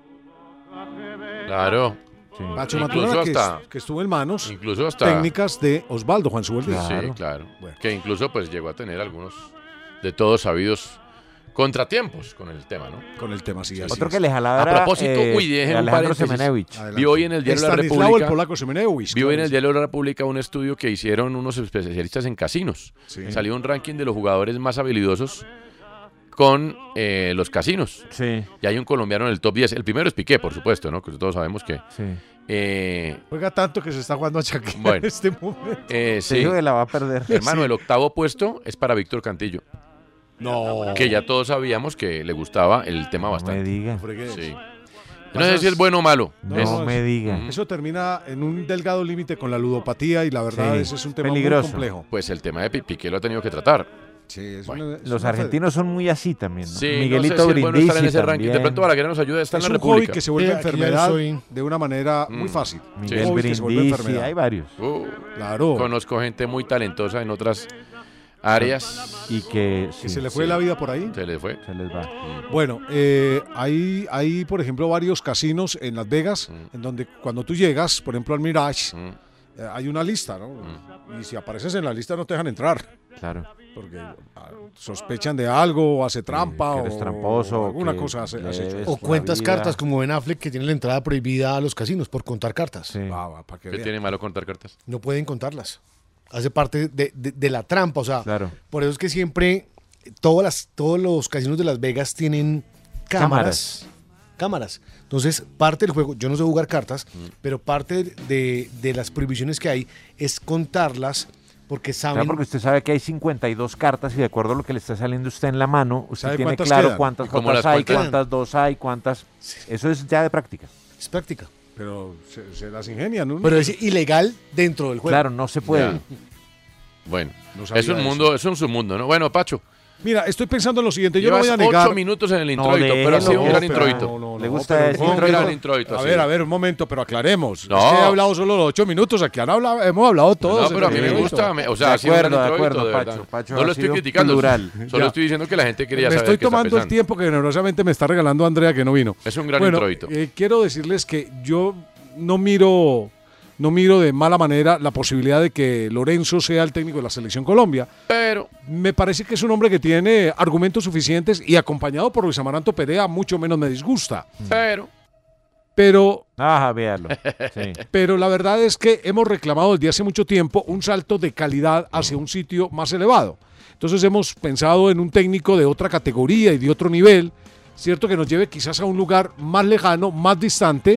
Claro.
Pacho
incluso
Maturana, que,
hasta,
es- que estuvo en manos
incluso hasta
técnicas de Osvaldo Juan Subeldía.
Sí, claro. Que incluso pues llegó a tener algunos de todos sabidos contratiempos con el tema, ¿no?
Con el tema, sí.
así Otro es. que le jalaba
A
era,
propósito,
eh,
uy, dejen un
Alejandro
paréntesis.
Semenevich.
Vi hoy en el diario de la
Estanislao,
República.
el polaco Semenevich,
Vi hoy en
claro,
el diario de la República un estudio que hicieron unos especialistas en casinos.
Sí.
Salió un ranking de los jugadores más habilidosos con eh, los casinos. Y hay un colombiano en el top 10. El primero es Piqué, por supuesto, ¿no? Que todos sabemos que. eh,
Juega tanto que se está jugando a Chaquera en
Bueno.
este momento.
eh, sí.
digo que la va a perder.
Hermano,
Sí.
el octavo puesto es para Víctor Cantillo.
No.
Que ya todos sabíamos que le gustaba el tema bastante.
me diga.
Sí. Yo No sé si es bueno o malo.
No
Es-
me diga.
Mm.
Eso termina en un delgado límite con la ludopatía y la verdad
Sí,
ese es un tema
peligroso.
muy complejo.
Pues el tema de Pi- Piqué lo ha tenido que tratar.
Sí, es
una,
Los argentinos son muy así también. ¿no?
Sí,
Miguelito
no sé si es bueno
Brindisi.
estar en ese ranking.
también.
De pronto Balaguer nos ayuda, está
es
en la
un
República.
hobby que se vuelve enfermedad de una manera muy
Mm.
fácil.
Miguel
Hobby que se vuelve
Brindisi,
enfermedad.
hay varios.
Uh,
Claro.
Conozco gente muy talentosa en otras áreas.
Y que,
Que se le fue la vida por ahí.
Se le fue.
Se les va.
Bueno, eh, hay, hay, por ejemplo, varios casinos en Las Vegas,
Mm.
en donde cuando tú llegas, por ejemplo, al Mirage, eh, hay una lista, ¿no?
Mm.
Y si apareces en la lista no te dejan entrar.
Claro.
Porque ah, sospechan de algo, o hace trampa,
que
o
eres tramposo,
o alguna
que
cosa has, has
le
hecho.
debes
O cuentas cartas como Ben Affleck que tiene la entrada prohibida a los casinos por contar cartas.
¿Qué tiene malo contar cartas?
No pueden contarlas. Hace parte de, de- de la trampa. O sea,
Claro.
por eso es que siempre todas las, todos los casinos de Las Vegas tienen cámaras. Cámaras. Entonces, parte del juego, yo no sé jugar cartas,
Mm.
pero parte de, de las prohibiciones que hay es contarlas porque
Claro,
saben
porque usted sabe que hay 52 cartas y de acuerdo a lo que le está saliendo usted en la mano, usted
¿Sabe
tiene
cuántas
claro
quedan?
cuántas
Y como
jotas
las
hay,
cuentan.
cuántas dos hay, cuántas... Eso es ya de práctica.
es práctica.
Pero se, se las ingenian, ¿no?
Pero es ilegal dentro del juego.
Claro, no se
puede. Bueno,
No sabía
es un
eso.
mundo, es un submundo, ¿no? Bueno, Pacho,
Mira, estoy pensando en lo siguiente. Yo no
llevas
voy a
ocho
negar.
minutos en el introito, pero ha sido un
pues.
gran introito.
Le gusta ese introito.
gran introito,
A
sí.
ver, a ver, un momento, pero aclaremos.
No.
Es que he hablado solo los ocho minutos, aquí han hablado, hemos hablado todos.
No,
en
pero a
el
mí me
introito.
gusta, me- o sea, ha sido un gran introito, de verdad. no
ha
lo estoy
sido
criticando,
plural.
solo
Ya.
estoy diciendo que la gente quería
Me
saber
estoy
qué está
tomando el
pensando.
tiempo que generosamente me está regalando Andrea, que no vino.
Es un gran
Bueno,
introito.
eh, quiero decirles que yo no miro, no miro de mala manera la posibilidad de que Lorenzo sea el técnico de la Selección Colombia.
Pero
me parece que es un hombre que tiene argumentos suficientes y acompañado por Luis Amaranto Perea, mucho menos me disgusta.
Mm. Pero.
Pero
Ajá, véalo. Sí.
pero la verdad es que hemos reclamado desde hace mucho tiempo un salto de calidad hacia un sitio más elevado. Entonces hemos pensado en un técnico de otra categoría y de otro nivel, ¿cierto? Que nos lleve quizás a un lugar más lejano, más distante.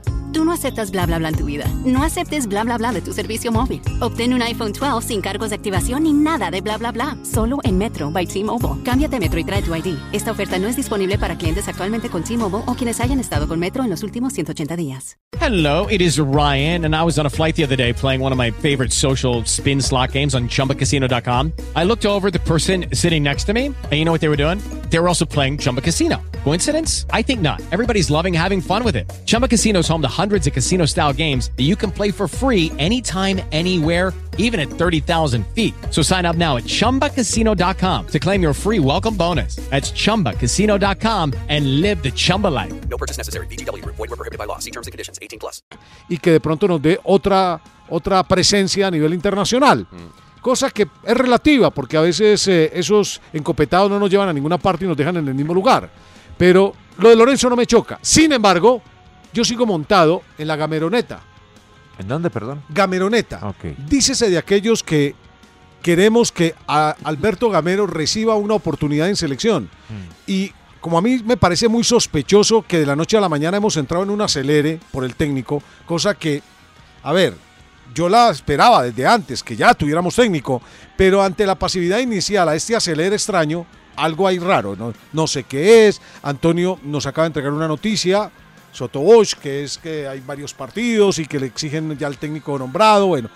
Tú no aceptas bla bla bla en tu vida. No aceptes bla bla bla de tu servicio móvil. Obtén un iPhone 12 sin cargos de activación ni nada de bla bla bla. Solo en Metro by T-Mobile. Cámbiate a Metro y trae tu ID. Esta oferta no es disponible para clientes actualmente con T-Mobile o quienes hayan estado con Metro en los últimos 180 días.
Hello, it is Ryan, and I was on a flight the other day playing one of my favorite social spin slot games on chumbacasino.com. I looked over at the person sitting next to me, and you know what they were doing? They were also playing Chumba Casino. Coincidence? I think not. Everybody's loving having fun with it. Chumba Casino is home to hundreds of casino style games that you can play for free anytime, anywhere, even at 30,000 feet. So sign up now at chumbacasino.com to claim your free welcome bonus. That's chumbacasino.com and live the Chumba life.
No purchase necessary. BGW. Void were prohibited by law. See terms and conditions. 18 plus.
y que de pronto nos dé otra, otra presencia a nivel internacional.
Mm.
Cosa que es relativa, porque a veces eh, esos encopetados no nos llevan a ninguna parte y nos dejan en el mismo lugar. Pero lo de Lorenzo no me choca. Sin embargo, yo sigo montado en la gameroneta.
¿En dónde, perdón?
Gameroneta. Dícese de aquellos que queremos que a Alberto Gamero reciba una oportunidad en selección. Y como a mí me parece muy sospechoso que de la noche a la mañana hemos entrado en un acelere por el técnico, cosa que, a ver, yo la esperaba desde antes, que ya tuviéramos técnico, pero ante la pasividad inicial a este acelere extraño, algo hay raro, no, no sé qué es. Antonio nos acaba de entregar una noticia, Sotobosch, que es que hay varios partidos y que le exigen ya al técnico nombrado, bueno.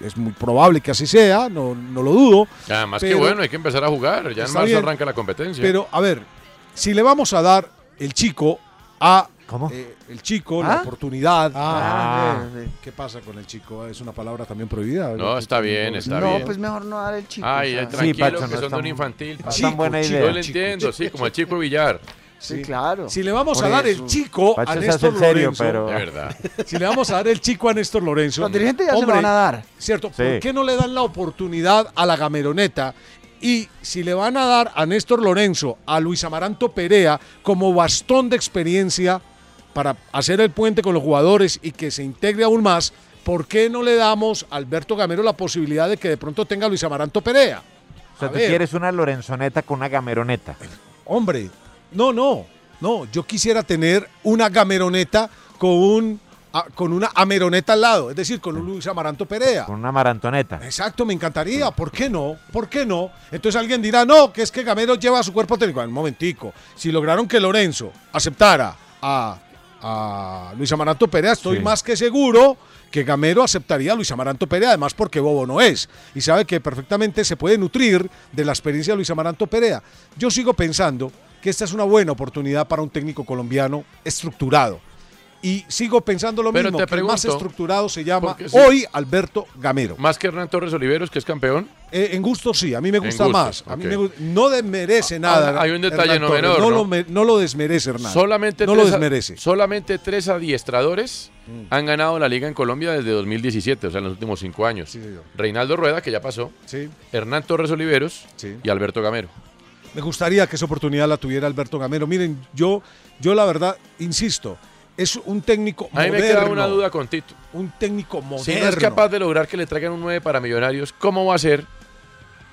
Es muy probable que así sea, no, no lo dudo.
Además, que
Pero-
bueno, hay que empezar a jugar. Ya en
Está
marzo
bien.
arranca la competencia.
Pero, a ver, si le vamos a dar el chico a. eh, el chico,
¿Ah?
la oportunidad.
Ah.
¿Qué pasa con el chico? Es una palabra también prohibida.
No, está bien, está
no,
bien.
pues mejor no dar el chico.
Ay,
¿sabes?
ay, tranquilo, que son de un infantil.
no es
Pacho.
tan buena
Chico,
idea.
Yo le
Chico,
entiendo,
chico,
sí, como el chico de Villar.
Sí, claro.
Si le vamos a
Por
dar
eso.
el chico
Pacho
a
se hace
Néstor
el serio,
Lorenzo.
pero- De verdad.
Si le vamos a dar el chico a Néstor Lorenzo.
Los dirigentes ya se lo van a dar.
Cierto.
Sí.
¿Por qué no le dan la oportunidad a la Gameroneta? Y si le van a dar a Néstor Lorenzo, a Luis Amaranto Perea, como bastón de experiencia para hacer el puente con los jugadores y que se integre aún más, ¿por qué no le damos a Alberto Gamero la posibilidad de que de pronto tenga a Luis Amaranto Perea?
O sea,
A
tú
ver.
quieres una Lorenzoneta con una gameroneta.
Hombre, no, no, no. Yo quisiera tener una gameroneta con un a- con una ameroneta al lado, es decir, con un Luis Amaranto Perea.
Con una marantoneta.
Exacto, me encantaría. ¿Por qué no? ¿Por qué no? Entonces alguien dirá, no, que es que Gamero lleva a su cuerpo técnico. Un momentico. Si lograron que Lorenzo aceptara a, a Luis Amaranto Perea, estoy
Sí.
más que seguro que Gamero aceptaría a Luis Amaranto Perea, además porque Bobo no es. Y sabe que perfectamente se puede nutrir de la experiencia de Luis Amaranto Perea. Yo sigo pensando que esta es una buena oportunidad para un técnico colombiano estructurado. Y sigo pensando lo
Pero
mismo,
te
que el más
pregunto,
estructurado se llama
porque sí.
hoy Alberto Gamero.
Más que Hernán Torres Oliveros, que es campeón.
Eh, en gusto sí, a mí me
En
gusta
gusto,
más. A mí
ok.
me gu- no desmerece nada.
Ahora, hay un detalle
Hernán Torres,
no menor,
Lo
¿no?
me- no lo desmerece, Hernán.
Solamente
no lo
tres a-
desmerece. Mm.
solamente tres adiestradores han ganado la liga en Colombia desde 2017, o sea, en los últimos cinco años. Reinaldo Rueda, que ya pasó. Hernán Torres Oliveros y Alberto Gamero.
Me gustaría que esa oportunidad la tuviera Alberto Gamero. Miren, yo, yo la verdad, insisto, es un técnico
A mí
moderno.
me queda una duda con Tito.
Un técnico moderno.
Si no es capaz de lograr que le traigan un 9 para Millonarios, ¿cómo va a ser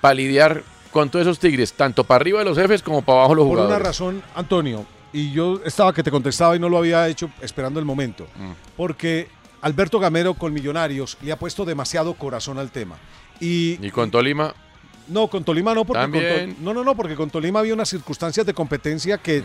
para lidiar con todos esos tigres? Tanto para arriba de los jefes como para abajo de los
Por
jugadores.
una razón, Antonio, y yo estaba que te contestaba y no lo había hecho esperando el momento.
Mm.
Porque Alberto Gamero con Millonarios le ha puesto demasiado corazón al tema. Y
Y con Tolima,
No, con Tolima no, porque con
También.
Tol- no, no, no, porque con Tolima había unas circunstancias de competencia que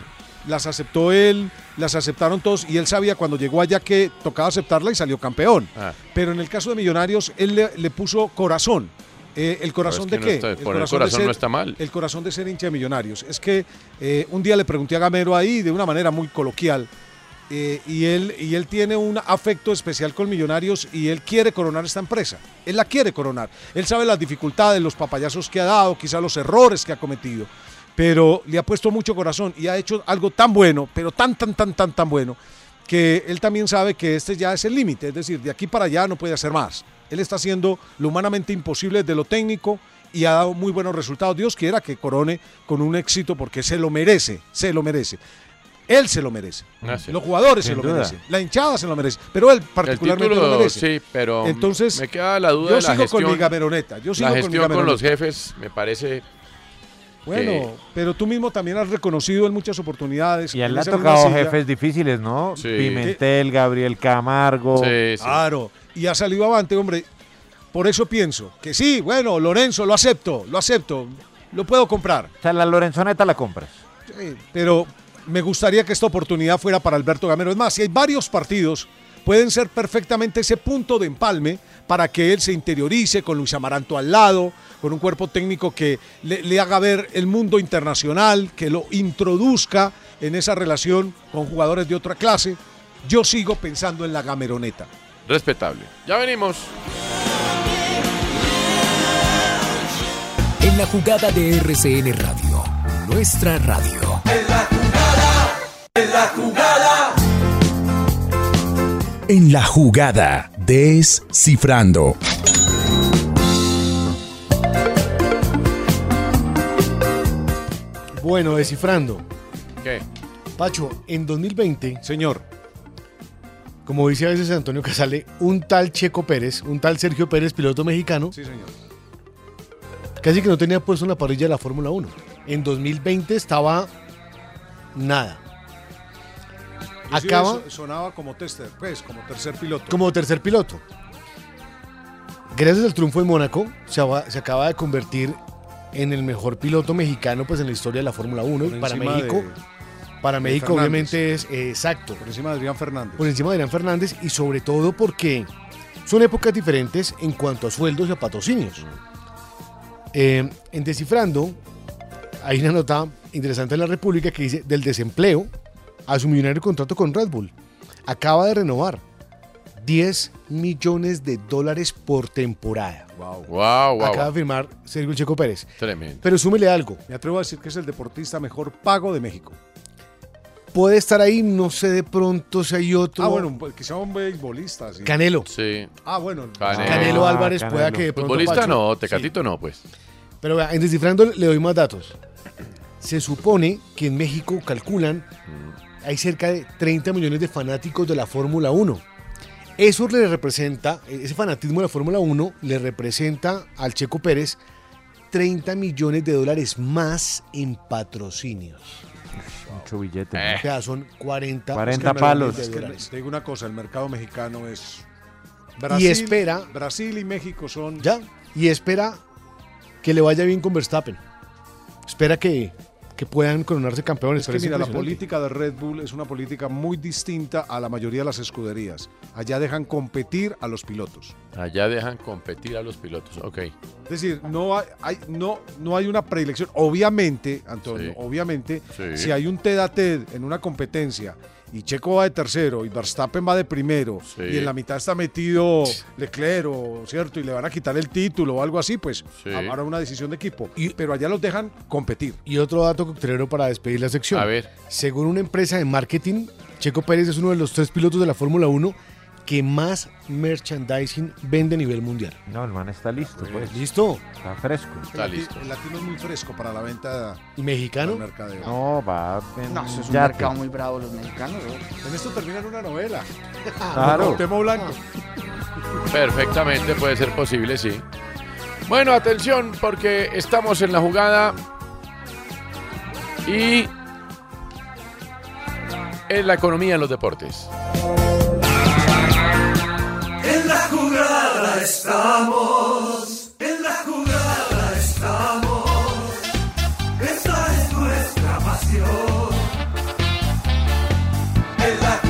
las aceptó él, las aceptaron todos y él sabía cuando llegó allá que tocaba aceptarla y salió campeón. Pero en el caso de Millonarios, él le, le puso corazón. Eh, ¿El corazón
que
de
no
qué?
está-
el
por el
de
corazón no está mal.
El corazón de ser hincha de Millonarios. Es que eh, un día le pregunté a Gamero ahí de una manera muy coloquial eh, y, él, y él tiene un afecto especial con Millonarios y él quiere coronar esta empresa. Él la quiere coronar. Él sabe las dificultades, los papayazos que ha dado, quizá los errores que ha cometido. Pero le ha puesto mucho corazón y ha hecho algo tan bueno, pero tan, tan, tan, tan, tan bueno, que él también sabe que este ya es el límite. Es decir, de aquí para allá no puede hacer más. Él está haciendo lo humanamente imposible desde lo técnico y ha dado muy buenos resultados. Dios quiera que corone con un éxito porque se lo merece, se lo merece. Él se lo merece.
Gracias.
Los jugadores
Ah, Sin
se lo
duda.
merecen. La hinchada se lo merece. Pero él
el
particularmente
título
lo merece.
sí, pero
Entonces,
me queda la duda
yo
de la
sigo con
gestión.
mi gameroneta, yo sigo
la
con mi
gestión
gameroneta.
los jefes me parece eh,
Bueno,
que-
pero tú mismo también has reconocido en muchas oportunidades.
Y a él
en
le ha
esa misma
tocado
silla,
jefes difíciles, ¿no?
Sí.
Pimentel, Gabriel Camargo.
Claro, y ha salido avante, hombre. Por eso pienso que sí, bueno, Lorenzo, lo acepto, lo acepto, lo puedo comprar.
O sea, la Lorenzoneta la compras.
Sí, pero me gustaría que esta oportunidad fuera para Alberto Gamero. Es más, si hay varios partidos, pueden ser perfectamente ese punto de empalme para que él se interiorice con Luis Amaranto al lado, con un cuerpo técnico que le, le haga ver el mundo internacional, que lo introduzca en esa relación con jugadores de otra clase. Yo sigo pensando en la gameroneta.
Respetable. Ya venimos.
En la jugada de RCN Radio, nuestra radio.
En la jugada.
En la jugada, descifrando.
Bueno, descifrando.
¿Qué?
Pacho, en 2020.
Señor.
Como dice a veces Antonio Casale, un tal Checo Pérez, un tal Sergio Pérez, piloto mexicano.
Sí, señor.
Casi que no tenía puesto en la parrilla de la Fórmula 1. En 2020 estaba nada.
Inclusive
Acaba-
so- Sonaba como tester, pues, como tercer piloto.
Como tercer piloto. Gracias al triunfo en Mónaco, se, aba- se acaba de convertir en el mejor piloto mexicano pues, en la historia de la Fórmula 1.
Por
y Para
encima
México,
de-
para
de
México
Fernández.
obviamente es eh, exacto.
Por encima de Adrián Fernández.
por encima de Irán Fernández y sobre todo porque son épocas diferentes en cuanto a sueldos y a patrocinios. Eh, en Descifrando hay una nota interesante en la República que dice del desempleo a su millonario contrato con Red Bull. Acaba de renovar 10 millones de dólares por temporada.
Wow.
Wow, wow.
Acaba de firmar Sergio El Checo Pérez.
Tremendo.
Pero súmele algo.
Me atrevo a decir que es el deportista mejor pago de México. Ah,
Puede estar ahí, no sé de pronto si hay otro.
Ah, bueno, pues, quizá un beisbolista. sí.
Canelo.
Sí.
Ah, bueno. Ah,
Canelo,
Canelo Álvarez pueda que de pronto,
Futbolista
Pacho-
no, Tecatito no, pues.
Pero vea, en Descifrando le doy más datos. Se supone que en México calculan hay cerca de 30 millones de fanáticos de la Fórmula 1. Eso le representa, ese fanatismo de la Fórmula 1 le representa al Checo Pérez 30 millones de dólares más en patrocinios.
Mucho billete.
O
Eh.
sea, son 40,
Es que el mercado- es que
dólares.
te digo una cosa, el mercado mexicano es...
Y espera-
Brasil y México son...
Ya, y espera que le vaya bien con Verstappen. Espera que, que puedan coronarse campeones.
Es que
Parece
mira, la
impresionante.
política de Red Bull es una política muy distinta a la mayoría de las escuderías. Allá dejan competir a los pilotos.
Allá dejan competir a los pilotos. Ok.
Es decir, no hay, hay- no, no hay una predilección. Obviamente, Antonio, obviamente,
Sí.
si hay un TED a TED en una competencia y Checo va de tercero y Verstappen va de primero y en la mitad está metido Leclerc, o, ¿cierto? Y le van a quitar el título o algo así, pues habrá una decisión de equipo. Pero allá los dejan competir.
Y otro dato coctelero para despedir la sección.
A ver.
Según una empresa de marketing, Checo Pérez es uno de los tres pilotos de la Fórmula 1 que más merchandising vende a nivel mundial.
No, el man está listo. Pues.
Listo.
Está fresco.
El lati- El latino es muy fresco para la venta.
¿Y mexicano?
No, va. en
No, eso es un
yate.
mercado
muy bravo los mexicanos.
En esto terminan una novela.
Claro.
Con Cuauhtémoc Blanco.
Perfectamente puede ser posible, sí. Bueno, atención, porque estamos en la jugada. Y. En la economía en los deportes.
En la jugada estamos. En la jugada estamos. Esta es nuestra pasión. En la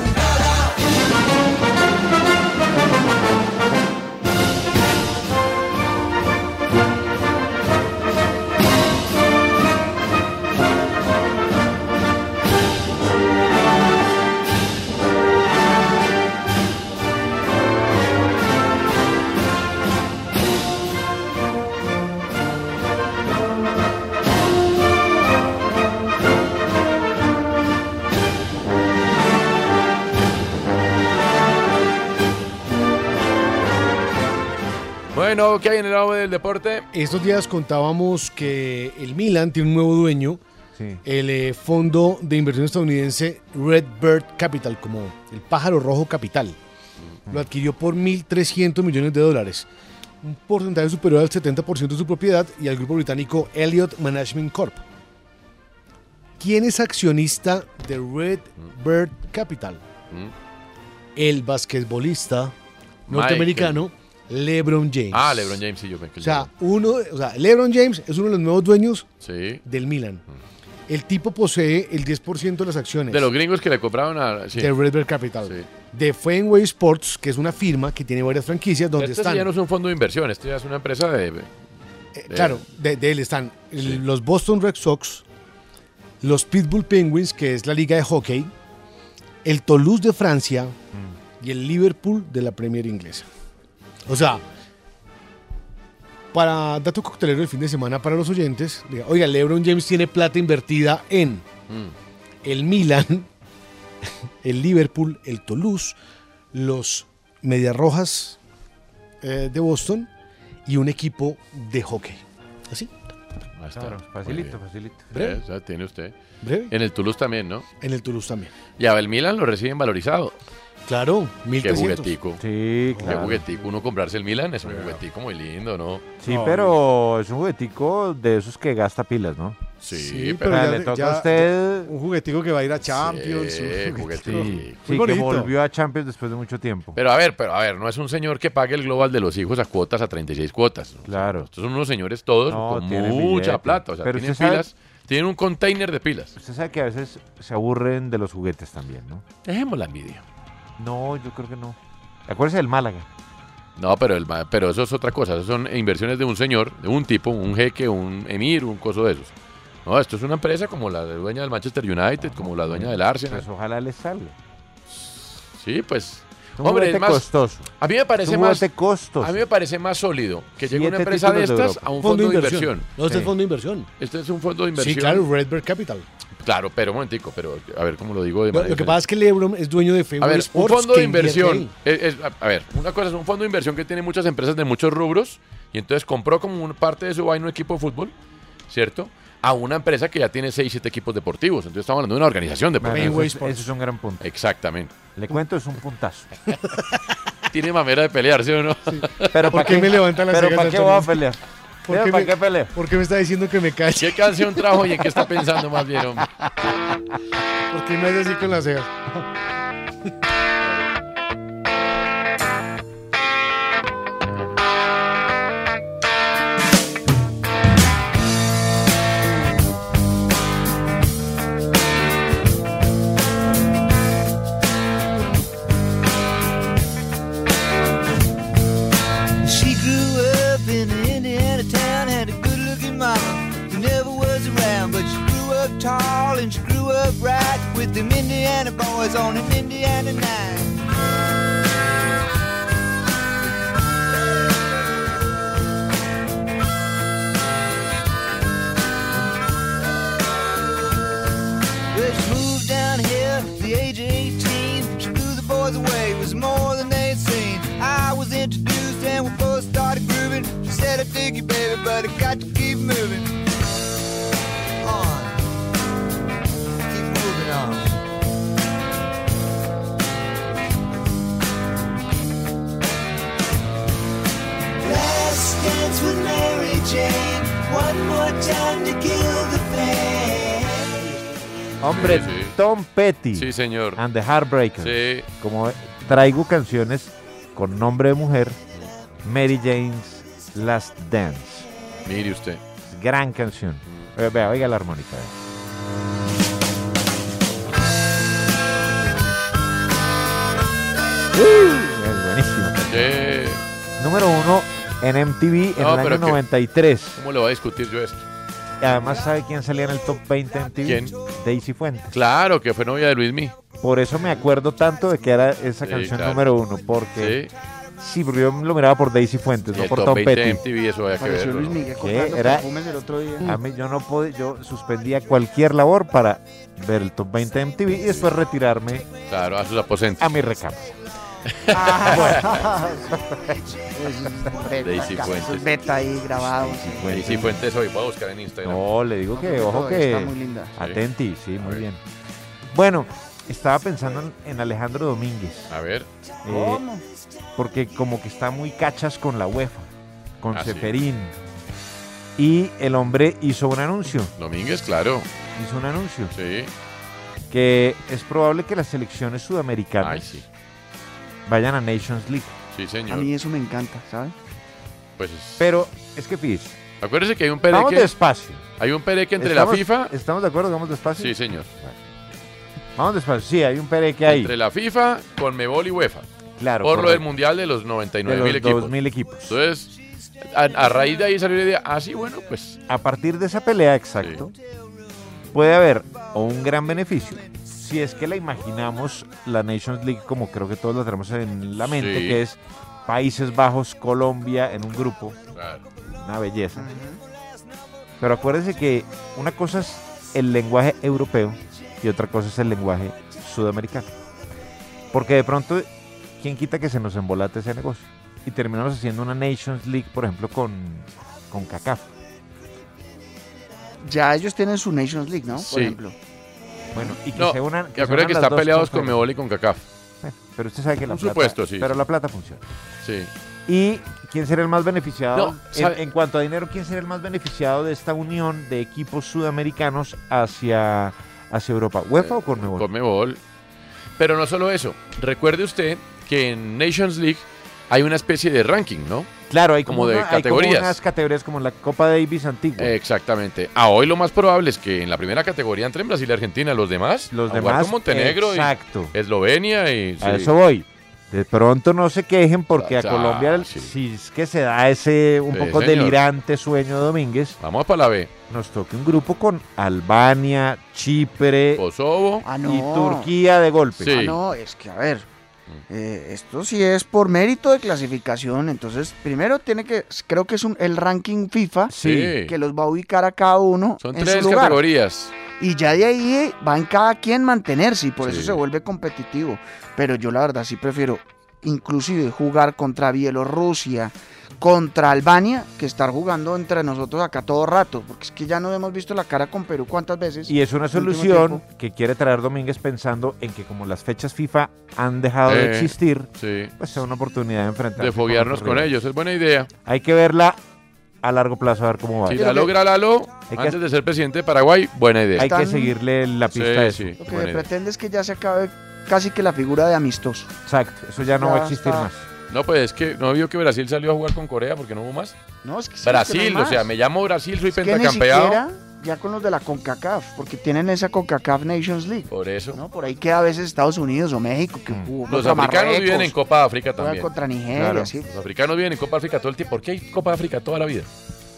Bueno, ¿qué hay en el lado del deporte?
Estos días contábamos que el Milan tiene un nuevo dueño, el eh, fondo de inversión estadounidense Redbird Capital, como el pájaro rojo capital. Lo adquirió por 1.300 millones de dólares, un porcentaje superior al 70% de su propiedad y al grupo británico Elliott Management Corp. ¿Quién es accionista de Redbird Capital?
¿Mm?
El basquetbolista norteamericano LeBron James.
Ah, LeBron James y yo. me-
O sea, uno, de- o sea, LeBron James es uno de los nuevos dueños
Sí.
del Milan. El tipo posee el 10% de las acciones
De los gringos que le compraron a. sí.
de Red Bear Capital. De Fenway Sports, que es una firma que tiene varias franquicias donde
Este sí
están. Eh,
ya no es un fondo de inversión, esto ya es una empresa de. de-
Claro, de, de él están los Boston Red Sox, los Pittsburgh Penguins, que es la liga de hockey, el Toulouse de Francia y el Liverpool de la Premier inglesa. O sea, para dato coctelero del fin de semana para los oyentes, diga, oiga, LeBron James tiene plata invertida en
Mm.
el Milan, el Liverpool, el Toulouse, los Medias Rojas eh, de Boston y un equipo de hockey. Así.
Ahí está.
Claro,
Muy
facilito,
bien.
facilito.
Breve.
Esa tiene usted.
Breve.
En el Toulouse también, ¿no?
En el Toulouse también.
Y a Milan lo reciben valorizado.
Claro,
Qué
1300.
juguetico.
Sí,
Qué
claro.
juguetico. Uno comprarse el Milan es un juguetico muy lindo, ¿no?
Sí, pero es un juguetico de esos que gasta pilas, ¿no?
Sí,
Sí,
pero le toca a usted.
Un juguetico que va a ir a Champions.
Sí,
un juguetico.
juguetico.
Sí,
Muy
que
bonito.
volvió a Champions después de mucho tiempo.
Pero a ver, pero a ver, no es un señor que pague el global de los hijos a cuotas a 36 cuotas.
Claro.
Estos son unos señores todos
No,
con
tienen
mucha
billete.
plata. O sea,
Pero
tienen
usted sabe-
pilas. Tienen un container de pilas.
Usted sabe que a veces se aburren de los juguetes también, ¿no?
Dejemos la envidia.
No, yo creo que no. Acuérdese del Málaga.
No, pero, el, ma- pero eso es otra cosa. Eso son inversiones de un señor, de un tipo, un jeque, un emir, un coso de esos. No, esto es una empresa como la dueña del Manchester United, como la dueña del Arsenal.
Pues ojalá les salga.
Sí, pues.
Un
Hombre, es
juguete
más,
costoso.
A mí me parece
un
más.
juguete costoso.
A mí me parece más sólido que llegue una
Siete
empresa de
títulos de
estas
Europa.
a un fondo, de inversión.
No, este es fondo de inversión.
Este es un fondo de
Sí,
inversión.
claro, Redbird Capital.
Claro, pero un momentico, pero a ver cómo lo digo de
Lo,
manera
lo que
diferente.
pasa es que LeBron es dueño de Fenway
A ver, un
Sports,
fondo de
que invierte
inversión.
ahí.
es- es- a- a ver, una cosa es un fondo de inversión que tiene muchas empresas de muchos rubros y entonces compró como una parte de su vaina un equipo de fútbol, ¿cierto? A una empresa que ya tiene 6, 7 equipos deportivos. Entonces estamos hablando de una organización
Bueno,
deportiva.
eso es- eso es un gran punto.
Exactamente.
Le cuento, es un puntazo.
Tiene manera de pelear, ¿sí o no?
Pero ¿para qué, pero ¿para qué voy a pelear?
¿Por
Pero
qué,
¿Para
me,
qué peleo?
por qué me está diciendo que me calle?
¿Qué canción trajo y en qué está pensando más bien, hombre?
¿Por qué me hace así con las cejas?
She grew up in an Indiana town, had a good looking mom who never was around, but she grew up tall and she grew up right with them Indiana boys on an Indiana night. Well, she moved down here at the age of 18. She blew the boys away, was more than they'd seen. I was introduced and we both started grooving. She said, I dig you, baby, but I got to keep moving. On. Keep moving on. Last dance with Mary Jane. One more time to kill the pain.
Hombre,
Sí, sí.
Tom Petty.
Sí, señor.
And the Heartbreakers.
Sí.
Como traigo canciones con nombre de mujer, Mary Jane's Last Dance.
Mire usted. Mm.
Gran canción. Eh, Vea, oiga la armónica. vea. Uh, es buenísima canción.
Sí.
Número uno en MTV en
No,
el año
pero que-
93.
¿Cómo lo va a discutir yo esto?
Además, ¿sabe quién salía en el top 20 en MTV?
¿Quién?
Daisy Fuentes.
Claro, que fue novia de Luismi.
Por eso me acuerdo tanto de que era esa
Sí,
canción
claro.
número uno, porque sí, porque yo lo miraba por Daisy Fuentes, no
El
por
top
Tom
20
Petty.
de MTV, eso había que
Apareció
verlo,
Luis
¿no?
Miguel
¿Qué?
comprando
Era-
perfumes el otro día.
A mí yo no podía, yo suspendía cualquier labor para ver el top 20 de MTV y después retirarme
Claro, a sus aposentos.
a mi recámara.
Ah,
Daisy Fuentes.
Beta ahí grabado.
Y si Fuentes hoy, voy a buscar en Instagram.
No, le digo que,
pero
ojo
está
que.
muy linda.
Atenti, sí, muy bien. Bueno, estaba pensando en- en Alejandro Domínguez. Eh,
A ver.
¿Cómo?
Porque como que está muy cachas con la UEFA, con
Ah, sí.
Seferín. Y el hombre hizo un anuncio.
Domínguez, claro.
Hizo un anuncio.
Sí.
Que es probable que las selecciones sudamericanas
Ay, sí.
vayan a Nations League.
Sí,
A
señor.
mí eso me encanta, ¿sabes?
Pues es-
Pero es que fíjese.
Acuérdese que hay un
Vamos
pereque.
despacio.
Hay un pereque entre la
Estamos-
FIFA.
¿Estamos de acuerdo? que ¿Vamos despacio?
Sí, señor.
Vamos despacio. Sí, hay un pereque ahí.
Entre la FIFA, Conmebol y UEFA.
Claro,
Por lo
correcto.
del Mundial de los 99 mil
De los
equipos.
2000 equipos.
Entonces, a, a raíz de ahí salió la idea. Ah, sí, bueno, pues.
a partir de esa pelea, exacto, puede haber o un gran beneficio, si es que la imaginamos, la Nations League, como creo que todos la tenemos en la mente,
Sí.
que es Países Bajos, Colombia, en un grupo. Una belleza. Pero acuérdense que una cosa es el lenguaje europeo y otra cosa es el lenguaje sudamericano. Porque de pronto, ¿quién quita que se nos embolate ese negocio? Y terminamos haciendo una Nations League, por ejemplo, con, con CACAF.
Ya ellos tienen su Nations League, ¿no?
Sí.
Por ejemplo.
Bueno, y que
No,
se unan.
que acuérdate que está peleados con Mebol y con CACAF.
Pero usted sabe que la
Por
plata.
supuesto, sí,
Pero
sí.
la plata funciona.
Sí.
¿Y quién será el más beneficiado?
No,
en,
sabe-
en cuanto a dinero, ¿quién será el más beneficiado de esta unión de equipos sudamericanos hacia, hacia Europa? ¿UEFA o Conmebol?
Eh, Conmebol. Pero no solo eso. Recuerde usted que en Nations League hay una especie de ranking, ¿no?
Claro, hay
como de
una- hay
categorías. Eh,
unas categorías como la Copa Davis antigua.
Exactamente. A hoy lo más probable es que en la primera categoría entren Brasil y Argentina, los demás, los
demás,
con Montenegro
exacto.
y Eslovenia y
A
sí. Ah,
eso voy. De pronto no se quejen porque a
Ya,
Colombia, el- si es que se da ese un
Sí,
poco
señor.
delirante sueño Domínguez.
Vamos para la B.
Nos toque un grupo con Albania, Chipre
Kosovo
y
Ah, no.
Turquía de golpe.
Ah, no, es que a ver. eh, esto sí es por mérito de clasificación. Entonces, primero tiene que. Creo que es un, el ranking FIFA
Sí.
que los va a ubicar a cada uno.
Son
en
tres
su lugar.
categorías.
Y ya de ahí eh, va en cada quien mantenerse y por eso se vuelve competitivo. Pero yo la verdad sí prefiero inclusive jugar contra Bielorrusia, contra Albania, que estar jugando entre nosotros acá todo rato. Porque es que ya no hemos visto la cara con Perú cuántas veces.
Y es una
en el último
solución
tiempo.
que quiere traer Domínguez pensando en que como las fechas FIFA han dejado
Eh,
de existir,
sí.
pues sea una oportunidad de enfrentarse.
De
con
foguearnos
otros
con
rivales.
ellos. Es buena idea.
Hay que verla a largo plazo, a ver cómo va.
Si la logra Lalo,
Hay que-
antes de ser presidente de Paraguay, buena idea.
Hay que seguirle la pista
Sí,
a eso.
sí,
Lo que
buena idea.
pretende es que ya se acabe casi que la figura de amistoso.
Exacto, eso ya no va a existir
está.
más.
No, pues es que no vio que Brasil salió a jugar con Corea porque no hubo más.
No, es que sí, es
Brasil,
que no hay
o sea,
más.
me llamo Brasil, soy
Que ni
pentacampeado.
siquiera ya con los de la CONCACAF, porque tienen esa CONCACAF Nations League.
Por eso.
¿no? Por ahí queda a veces Estados Unidos o México que
Mm.
jugó
Los
contra
africanos
Marruecos.
viven en Copa de África
juegan
también.
contra Nigeria, sí.
Los africanos viven en Copa de África todo el tiempo. ¿Por qué hay Copa de África toda la vida?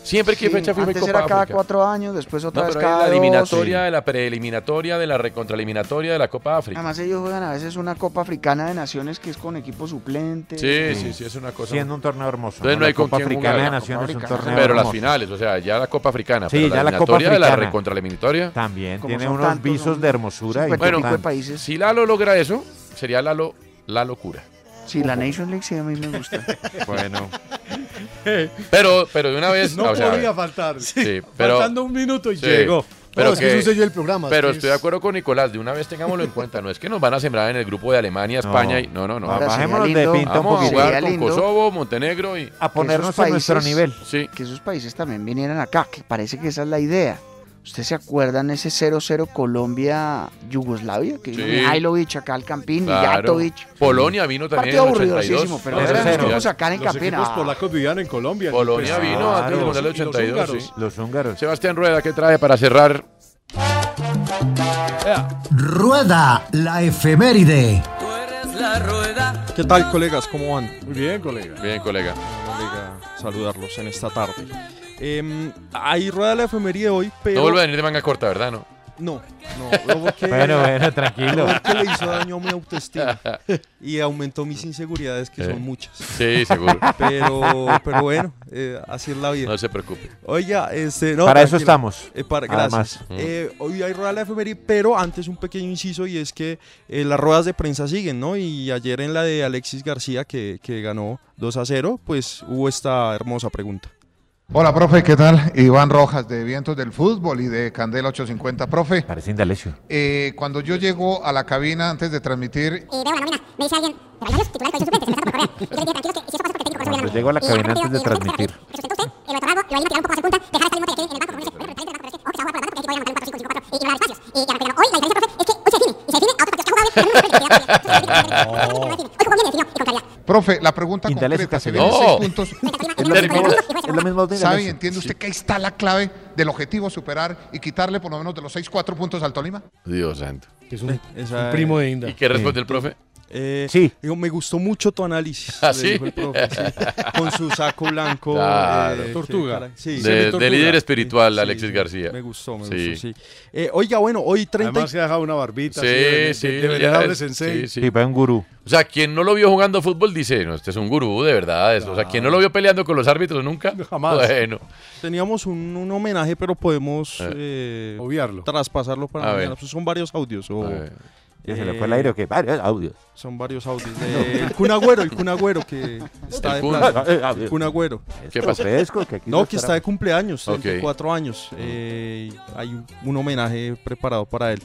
Siempre que hay
Sí,
fecha FIFA y
antes
Copa
era
de
cada
África.
cuatro años, después otra
No,
vez
pero
cada
es la
dos.
eliminatoria, de la preeliminatoria, de la recontraeliminatoria de la Copa de África.
Además ellos juegan a veces una Copa Africana de Naciones que es con equipo suplente.
Sí, sí, sí, es una cosa.
este, Siendo un torneo hermoso.
Entonces
¿no?
no,
La
hay con
Copa
quién
Africana
jugar.
de Naciones es un
Africana.
torneo
Pero las
hermoso.
finales, o sea, ya la Copa Africana.
Sí,
pero
ya la Copa
eliminatoria de la
Africana.
recontraeliminatoria.
También
Como
tiene
son
unos
tantos,
visos de hermosura. y
Bueno,
importantes.
si Lalo logra eso, sería Lalo la locura.
Sí, la Nations League sí a mí me gusta.
Bueno. Pero, pero de una vez.
No
o sea,
podía faltar.
Sí, pero-
Faltando un minuto y llegó.
Pero
No, es que es un sello del programa,
Pero
es que
estoy de acuerdo con Nicolás, de una vez tengámoslo en cuenta. No es que nos van a sembrar en el grupo de Alemania, España y. No, no, no.
Ahora sería Bajémonos de lindo- pinta un
Vamos a
poquito.
jugar
Sería
con
lindo-
Kosovo, Montenegro y.
A
ponernos
a nuestro nivel.
Que esos países también vinieran acá, que parece que esa es la idea. ¿Ustedes se acuerdan ese 0-0 Colombia-Yugoslavia? Que vino
Sí.
Mihailovic acá al Campín,
Claro.
Mijatovic.
Polonia vino también
Partido
en el 82.
aburridosísimo, pero eran los equipos acá en el
Los
Campín.
equipos
Ah,
polacos vivían en Colombia.
Polonia
Pues,
vino antes del
claro.
Mundial del
Y los
82.
húngaros.
sí.
Los húngaros.
Sebastián Rueda, ¿qué trae para cerrar?
Rueda la efeméride.
¿Qué tal, colegas? ¿Cómo van?
Muy bien, colega.
Bien, colega.
saludarlos en esta tarde. Em, hay rueda de la efemería hoy, pero.
No vuelve a venir de manga corta, ¿verdad? No.
No, no, no, porque-
Bueno, bueno, tranquilo.
Porque le hizo daño a mi autoestima y aumentó mis inseguridades, que
Eh,
son muchas.
sí, seguro.
Pero, pero bueno, eh, así es la vida.
No se preocupe.
Oiga, este, no,
Para eso
tranquilo.
estamos,
Eh, para,
nada
gracias.
Mm.
más.
Eh, hoy hay rueda de la efeméride, pero antes un pequeño inciso y es que eh, las ruedas de prensa siguen, ¿no? Y ayer en la de Alexis García, que, que ganó 2 a 0, pues hubo esta hermosa pregunta.
Hola, profe, ¿qué tal? Iván Rojas de Vientos del Fútbol y de Candela 850. Profe,
Parece Indalecio.
eh, cuando yo llego a la cabina antes de transmitir...
Me dice alguien, "Pero Rayados, titulares con opción suplente, se me está por correr". Y yo le dije, "Tranquilo, que si eso pasa porque el técnico resuelve
Cuando
ganando".
llego a Pues la
Y
cabina antes
rápido,
de
y lo mete,
transmitir.
eh, lo de Torralbo, lo ayudan tirando un poco a hacer punta, dejar al salvo que quede en el banco con un esquema, reventar el banco para hacer, o que se ahoga por la banda porque el equipo lleva a anotar un 4-5-5-4 y llevar a espacios. Y que arranque ganando. Hoy la diferencia, profe, es que hoy se define, y se define a otros partidos que ha jugado bien, pero no lo resuelve, que queda por la banda. Hoy jugó bien y definió, y con claridad.
Profe, la pregunta concreta, se vienen
No.
seis puntos.
Es lo mismo- es lo mismo de
¿Sabe y
Indalecio.
entiende usted que ahí está la clave del objetivo superar y quitarle por lo menos de los seis cuatro puntos al Tolima?
Dios santo.
Es un- un primo de Inda.
¿Y qué responde el profe?
Eh,
Sí.
Digo, me gustó mucho tu análisis.
¿Ah,
le
sí?
dijo el profe, sí. Con su saco blanco.
Claro.
eh, que
Tortuga.
cara- sí.
De- de
Tortuga.
líder espiritual,
Sí,
Alexis
sí,
García.
Me gustó, me
Sí.
gustó, sí. Eh, oiga, bueno, hoy 30.
Además se ha dejado una barbita.
Sí,
así de-
sí,
de- de
ya
venerable
es-
sensei.
sí, sí.
Sí, para un gurú.
O sea, quien no lo vio jugando fútbol dice, no, este es un gurú, de verdad. es- O sea, quien no lo vio peleando con los árbitros nunca.
Jamás.
Bueno.
Teníamos un, un homenaje, pero podemos eh, Traspasarlo
A
para mañana.
ver.
Pues son varios audios. o-
Ya se le fue el aire, ¿o qué? Varios audios.
Son varios audios. de- el Kun Agüero, el Kun Agüero que está de
El Kun.
plaza.
Eh,
Ah,
eh,
El Kun Agüero.
¿Qué pasa? Fresco, que aquí
no,
lo
que
estará-
está de cumpleaños,
Ok. Mm.
34 años. Eh, hay un, un homenaje preparado para él.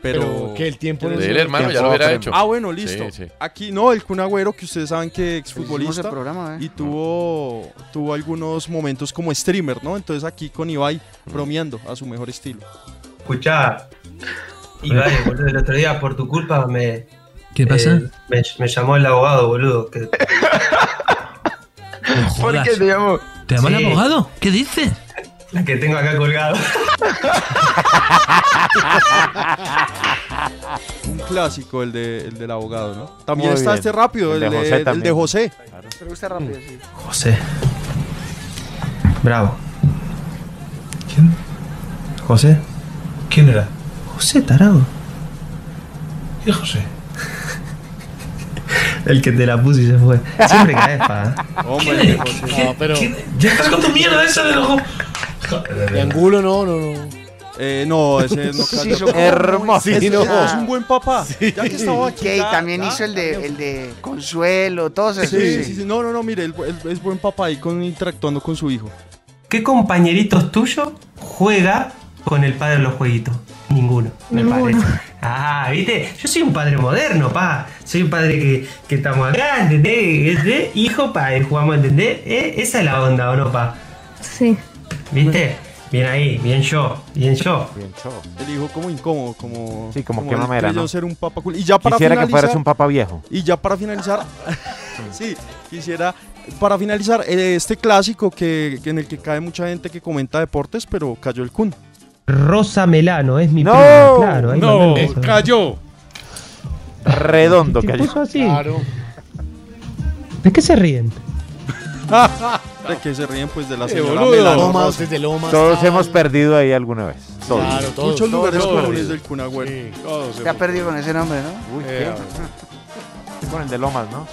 Pero,
Pero que el tiempo no
De él, se- hermano, ya lo hubiera hecho.
Ah, bueno, listo.
Sí, sí.
Aquí no, el Kun Agüero, que ustedes saben que
Pues hicimos
exfutbolista
el programa, ¿eh?
y tuvo, tuvo algunos momentos como streamer, ¿no? Entonces aquí con Ibai
Mm.
bromeando a su mejor estilo.
Escuchá, Ibai, boludo, el otro día por tu culpa me. ¿Qué pasa? me, me llamó el abogado, boludo. Que... ¿Por qué te llamó? ¿Te llamó el abogado? ¿Qué dices? La que tengo acá colgado.
Un clásico, el, de, el del abogado, ¿no? También
Muy
está
bien.
este rápido, el, de, el de José.
Me gusta rápido, sí.
José. Bravo. ¿Quién? ¿José? ¿Quién era? José, tarado. ¿Qué José? El que te la puse y se fue. Siempre caes, pa. ¿eh?
Hombre,
No, pero.
Ya estás con tu mierda esa de los.
De angulo, no, no, no.
Eh, no, ese no
Sí,
cayó.
son como
Hermoso.
muy-
Sí, no.
Ya.
Es un buen papá. Ya que estaba aquí.
Que
ya,
también
ya.
hizo el de, el de Consuelo, todos
Sí,
esos.
sí, sí. No, no, no, mire, él, él es buen papá ahí con, interactuando con su hijo.
¿Qué compañeritos tuyos juega con el padre en los jueguitos? Ninguno, me parece. Ah, viste, yo soy un padre moderno, pa. Soy un padre que, que estamos acá, ¿entendés? ¿Entendés? Hijo, pa, y jugamos, ¿entendés? ¿Eh? Esa es la onda, ¿o no, pa? Sí. ¿Viste? Bien ahí, bien yo, bien yo.
Bien, chao.
El hijo como incómodo, como.
Sí, como qué
él
mamera,
creyó
¿no?
ser un papá cool. Y ya para
Quisiera que
finalizar-
fueras un papa viejo.
Y ya para finalizar, sí, quisiera, para finalizar, eh, este clásico que, que en el que cae mucha gente que comenta deportes, pero cayó el Kun.
Rosa Melano es mi
No,
prima, claro. ahí
No,
mandó eso.
cayó.
Redondo
Te
cayó.
puso así. ¿De qué se ríen?
De que se ríen pues de la
Qué
señora
boludo.
Melano.
Lomas, desde Lomas.
Todos
tal.
hemos perdido ahí alguna vez. Todos.
Claro, todos.
Muchos
todos
lugares
hemos
comunes
perdido.
del Kun Agüero.
Todos
Se ha
hemos-
perdido con ese nombre, ¿no?
Uy,
Eh,
qué con el de Lomas, ¿no?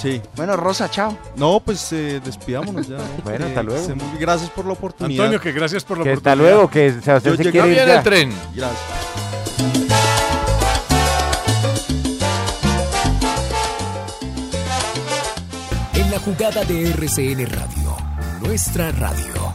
Sí.
Bueno, Rosa, chao.
No, pues eh, despidámonos ya. ¿no?
Bueno,
Eh,
hasta luego.
se- Gracias por la oportunidad.
Antonio, que gracias por la
Que hasta
oportunidad.
luego, que Sebastián se quiere ir
Cambia
ya.
el tren.
Gracias.
En la jugada de RCN Radio, nuestra radio.